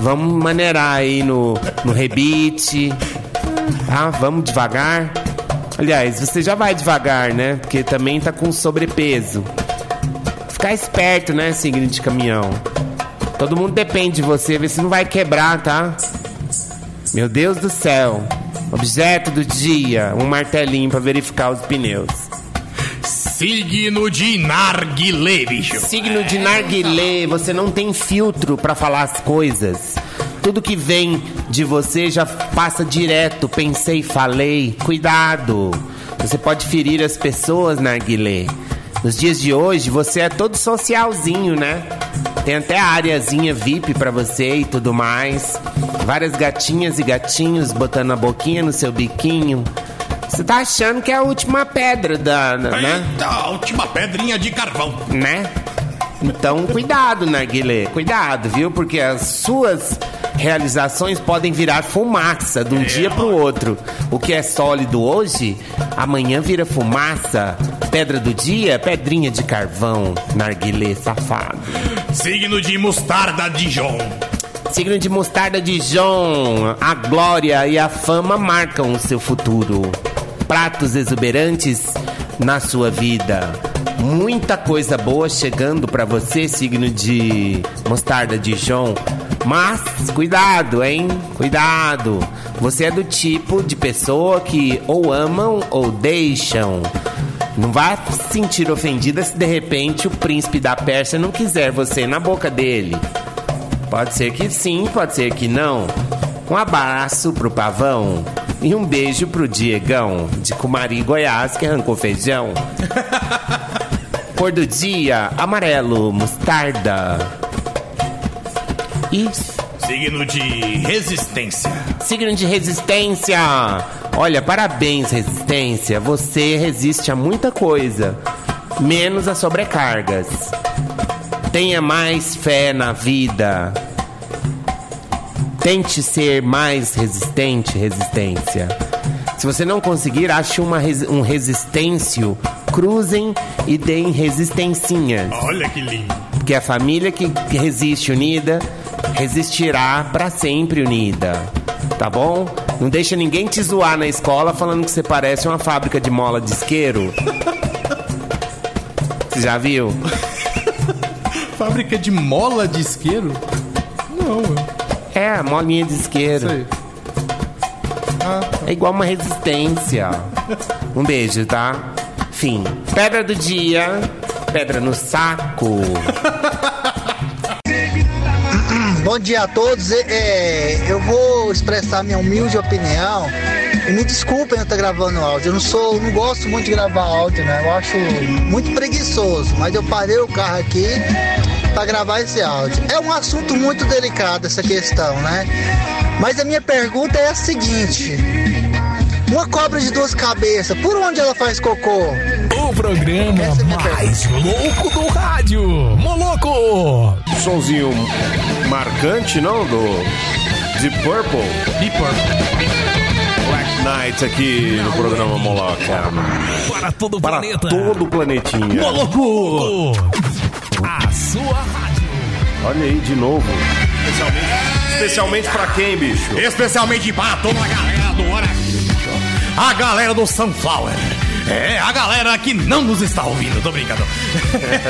Speaker 5: Vamos maneirar aí no, no rebite, tá? Vamos devagar. Aliás, você já vai devagar, né? Porque também tá com sobrepeso. Ficar esperto, né, signo de caminhão? Todo mundo depende de você, vê se não vai quebrar, tá? Meu Deus do céu. Objeto do dia, um martelinho pra verificar os pneus.
Speaker 4: Signo de narguilé, bicho.
Speaker 5: Signo de narguilé, você não tem filtro pra falar as coisas. Tudo que vem de você já passa direto, pensei, falei. Cuidado. Você pode ferir as pessoas, narguilé. Nos dias de hoje, você é todo socialzinho, né? Tem até a areazinha VIP pra você e tudo mais. Várias gatinhas e gatinhos botando a boquinha no seu biquinho. Você tá achando que é a última pedra, Dana, né?
Speaker 4: Eita, a última pedrinha de carvão.
Speaker 5: né? Então, cuidado, narguilé, cuidado, viu? Porque as suas realizações podem virar fumaça de um dia para o outro. O que é sólido hoje, amanhã vira fumaça. Pedra do dia, pedrinha de carvão, narguilé safado.
Speaker 3: Signo de mostarda Dijon.
Speaker 5: Signo de mostarda Dijon, a glória e a fama marcam o seu futuro. Pratos exuberantes na sua vida. Muita coisa boa chegando pra você, signo de mostarda Dijon. Mas cuidado, hein? Cuidado. Você é do tipo de pessoa que ou amam ou deixam. Não vá se sentir ofendida se de repente o príncipe da Pérsia não quiser você na boca dele. Pode ser que sim, pode ser que não. Um abraço pro Pavão e um beijo pro Diegão, de Cumari, Goiás, que arrancou feijão. Cor do dia, amarelo, mostarda. Isso.
Speaker 3: Signo de resistência.
Speaker 5: Signo de resistência. Olha, parabéns, resistência. Você resiste a muita coisa, menos a sobrecargas. Tenha mais fé na vida. Tente ser mais resistente, resistência. Se você não conseguir, ache uma res- um resistêncio, cruzem e deem resistencinhas.
Speaker 3: Olha que lindo.
Speaker 5: Porque a família que resiste unida resistirá pra sempre unida. Tá bom? Não deixa ninguém te zoar na escola falando que você parece uma fábrica de mola de isqueiro. Você já viu?
Speaker 13: Fábrica de mola de isqueiro? Não, ué.
Speaker 5: É, molinha de isqueiro.
Speaker 13: Sei.
Speaker 5: É igual uma resistência. Um beijo, tá? Fim. Pedra do dia, pedra no saco.
Speaker 10: Bom dia a todos. É, eu vou expressar minha humilde opinião. E me desculpem eu estar gravando áudio. Eu não sou, não gosto muito de gravar áudio, né? Eu acho muito preguiçoso. Mas eu parei o carro aqui para gravar esse áudio. É um assunto muito delicado essa questão, né? Mas a minha pergunta é a seguinte: uma cobra de duas cabeças, por onde ela faz cocô? é
Speaker 14: O programa mais louco do rádio. Moloco!
Speaker 1: Sonzinho marcante, não? Do Deep Purple.
Speaker 13: Deep Purple.
Speaker 1: Black Knight aqui no programa Moloca.
Speaker 14: Para todo o
Speaker 1: Para
Speaker 14: planeta.
Speaker 1: todo o planetinha.
Speaker 13: Moloco!
Speaker 14: A sua rádio.
Speaker 1: Olha aí de novo. Especialmente, especialmente pra quem, bicho?
Speaker 3: Especialmente para toda a galera do Hora Verde, ó. A galera do Sunflower. É, a galera que não nos está ouvindo, tô brincando. [LAUGHS]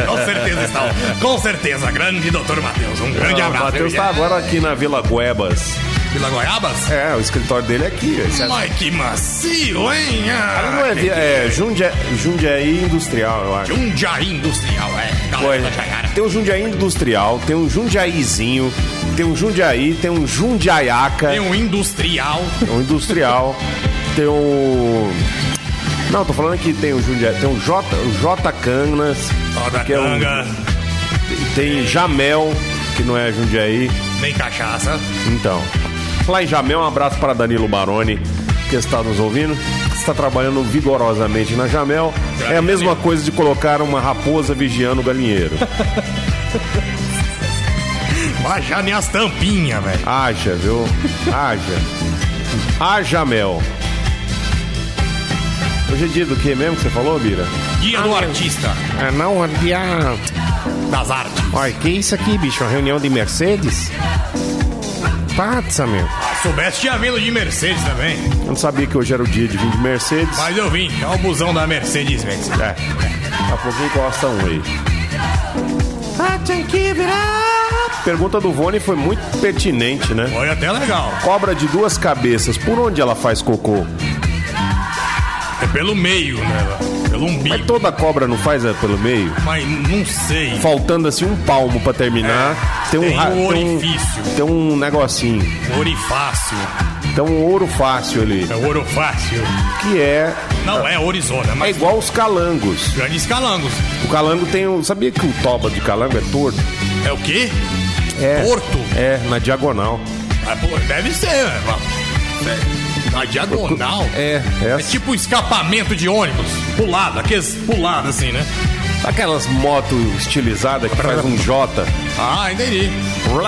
Speaker 3: Com certeza está. Com certeza, grande doutor Matheus. Um grande
Speaker 1: Ah,
Speaker 3: abraço.
Speaker 1: Matheus tá agora aqui na Vila Guebas.
Speaker 3: Vila Goiabas?
Speaker 1: É, o escritório dele é aqui. Esse
Speaker 3: Mas que macio, hein? Ah,
Speaker 1: Não é, via- é Jundia- Jundiaí Industrial, eu acho.
Speaker 3: Jundiaí Industrial, é.
Speaker 1: Ué,
Speaker 3: Galera da Jaiara.
Speaker 1: Tem um Jundiaí Industrial, tem um Jundiaizinho, tem um Jundiaí, tem um Jundiaiaca,
Speaker 3: Tem um
Speaker 1: [LAUGHS]
Speaker 3: industrial. [LAUGHS]
Speaker 1: um Industrial, tem um... Não, tô falando que tem um Jundiaí, tem um J, o J Cangnas,
Speaker 3: Roda
Speaker 1: que é um,
Speaker 3: canga,
Speaker 1: tem Jamel, que não é Jundiaí,
Speaker 3: nem cachaça.
Speaker 1: então. Lá em Jamel, um abraço para Danilo Baroni, que está nos ouvindo, que está trabalhando vigorosamente na Jamel. É a mesma coisa de colocar uma raposa vigiando o galinheiro.
Speaker 3: Mas já nem as tampinhas, velho.
Speaker 1: Haja, viu? Haja. Haja mel. Hoje é dia do que mesmo que você falou, Bira?
Speaker 3: Dia do artista
Speaker 1: Ah, não, é dia.
Speaker 3: das artes.
Speaker 1: Olha, que isso aqui, bicho? Uma reunião de Mercedes? Passa, meu.
Speaker 3: Soubesse tinha vindo de Mercedes também.
Speaker 1: Eu não sabia que hoje era o dia de vir de Mercedes.
Speaker 3: Mas eu vim, é o busão da Mercedes, velho.
Speaker 1: É. Daqui a pouco encosta um aí. Ah, Pergunta do Vone foi muito pertinente, né?
Speaker 3: Foi até legal.
Speaker 1: Cobra de duas cabeças, por onde ela faz cocô?
Speaker 3: É pelo meio, né? Pelo
Speaker 1: Mas
Speaker 3: umbigo.
Speaker 1: toda cobra não faz é, pelo meio?
Speaker 3: Mas não sei.
Speaker 1: faltando assim um palmo pra terminar,
Speaker 3: É,
Speaker 1: tem, um
Speaker 3: tem
Speaker 1: ra-
Speaker 3: um
Speaker 1: tem um-
Speaker 3: orifício.
Speaker 1: tem um negocinho,
Speaker 3: Orifácio.
Speaker 1: tem um ouro fácil ali,
Speaker 3: É orofácio.
Speaker 1: que é
Speaker 3: Não, é Orizona,
Speaker 1: é
Speaker 3: mas
Speaker 1: igual os calangos.
Speaker 3: grandes calangos.
Speaker 1: O calango tem um, sabia que o toba de calango é torto?
Speaker 3: É o quê?
Speaker 1: É.
Speaker 3: Torto?
Speaker 1: É, na diagonal.
Speaker 3: Ah, pô, deve ser, velho. Na diagonal.
Speaker 1: É, é
Speaker 3: É
Speaker 1: assim.
Speaker 3: tipo escapamento de ônibus. Pulado, aqueles pulado assim, né?
Speaker 1: Aquelas motos estilizadas que faz um J.
Speaker 3: Ah, entendi.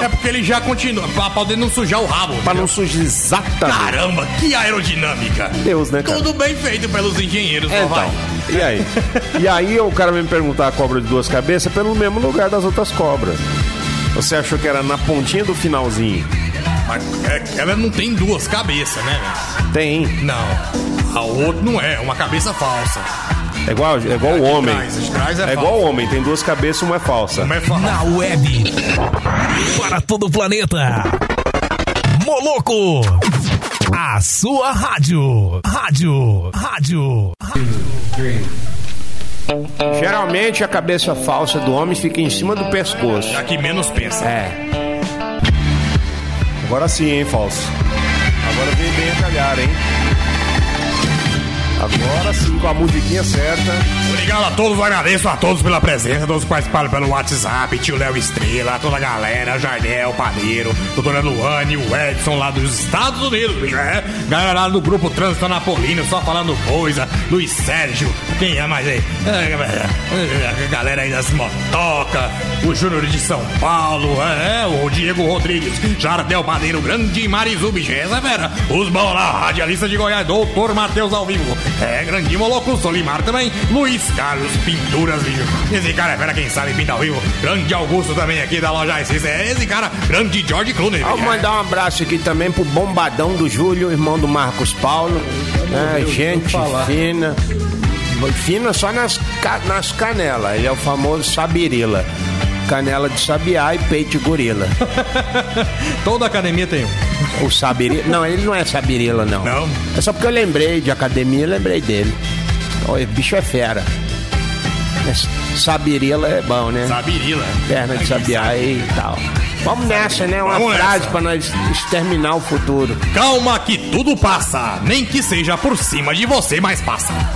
Speaker 3: É porque ele já continua, pra poder não sujar o rabo.
Speaker 1: Pra não sujar exatamente.
Speaker 3: Caramba, que aerodinâmica.
Speaker 1: Deus, né, cara?
Speaker 3: Tudo bem feito pelos engenheiros,
Speaker 1: É,
Speaker 3: não vai?
Speaker 1: então.
Speaker 3: [LAUGHS]
Speaker 1: E aí? e aí o cara me perguntar a cobra de duas cabeças pelo mesmo lugar das outras cobras. Você achou que era na pontinha do finalzinho?
Speaker 3: Mas é- ela não tem duas cabeças, né? velho?
Speaker 1: Tem.
Speaker 3: Não. A outra não é, é uma cabeça falsa.
Speaker 1: É igual, é igual o homem.
Speaker 3: trás, de trás é
Speaker 1: é
Speaker 3: falsa.
Speaker 1: igual o homem, tem duas cabeças, uma é falsa.
Speaker 3: Uma é falsa.
Speaker 15: Na web. Para todo o planeta. Moloco. A sua rádio. Rádio. Rádio.
Speaker 5: Geralmente a cabeça falsa do homem fica em cima do pescoço.
Speaker 3: Já que Tá menos pensa.
Speaker 5: É.
Speaker 1: Agora sim, hein, falso. Agora vem bem a calhar, hein? Agora sim, com a musiquinha certa.
Speaker 3: Obrigado a todos, agradeço a todos pela presença, todos que participaram pelo WhatsApp, tio Léo Estrela, toda a galera, Jardel, Padeiro, doutora Luane, o Edson lá dos Estados Unidos, bicho, é? galera lá do grupo Trânsito Anapolino, só falando coisa, Luiz Sérgio, quem é mais aí? A galera aí das motocas, o Júnior de São Paulo, é, é, o Diego Rodrigues, Jardel Padeiro, grande Marizu, bicho, essa é fera, os bons lá, radialista de Goiás, doutor Matheus ao vivo, é, grandinho Moloco, Solimar também, Luiz Carlos Pinturas, bicho. Esse cara é fera, quem sabe pinta ao vivo. Grande Augusto também aqui da loja Essência. É esse cara, grande George Clooney.
Speaker 5: Vamos
Speaker 3: bicho.
Speaker 5: mandar um abraço aqui também pro bombadão do Júlio, irmão do Marcos Paulo. É, gente fina. Fina só nas, ca- nas canelas. Ele é o famoso sabirila. Canela de sabiá e peito de gorila.
Speaker 16: [LAUGHS] Toda academia tem um.
Speaker 3: [LAUGHS]
Speaker 5: O sabirila. Não, ele não é sabirila, não.
Speaker 3: Não?
Speaker 5: É só porque eu lembrei de academia, eu lembrei dele. Ó, O bicho é fera. Mas Sabirila é bom, né?
Speaker 3: Sabirila.
Speaker 5: Perna de sabiá e tal. Vamos nessa, né? Uma
Speaker 3: Vamos
Speaker 5: frase
Speaker 3: nessa.
Speaker 5: pra nós exterminar o futuro.
Speaker 3: Calma que tudo passa, nem que seja por cima de você, mas passa.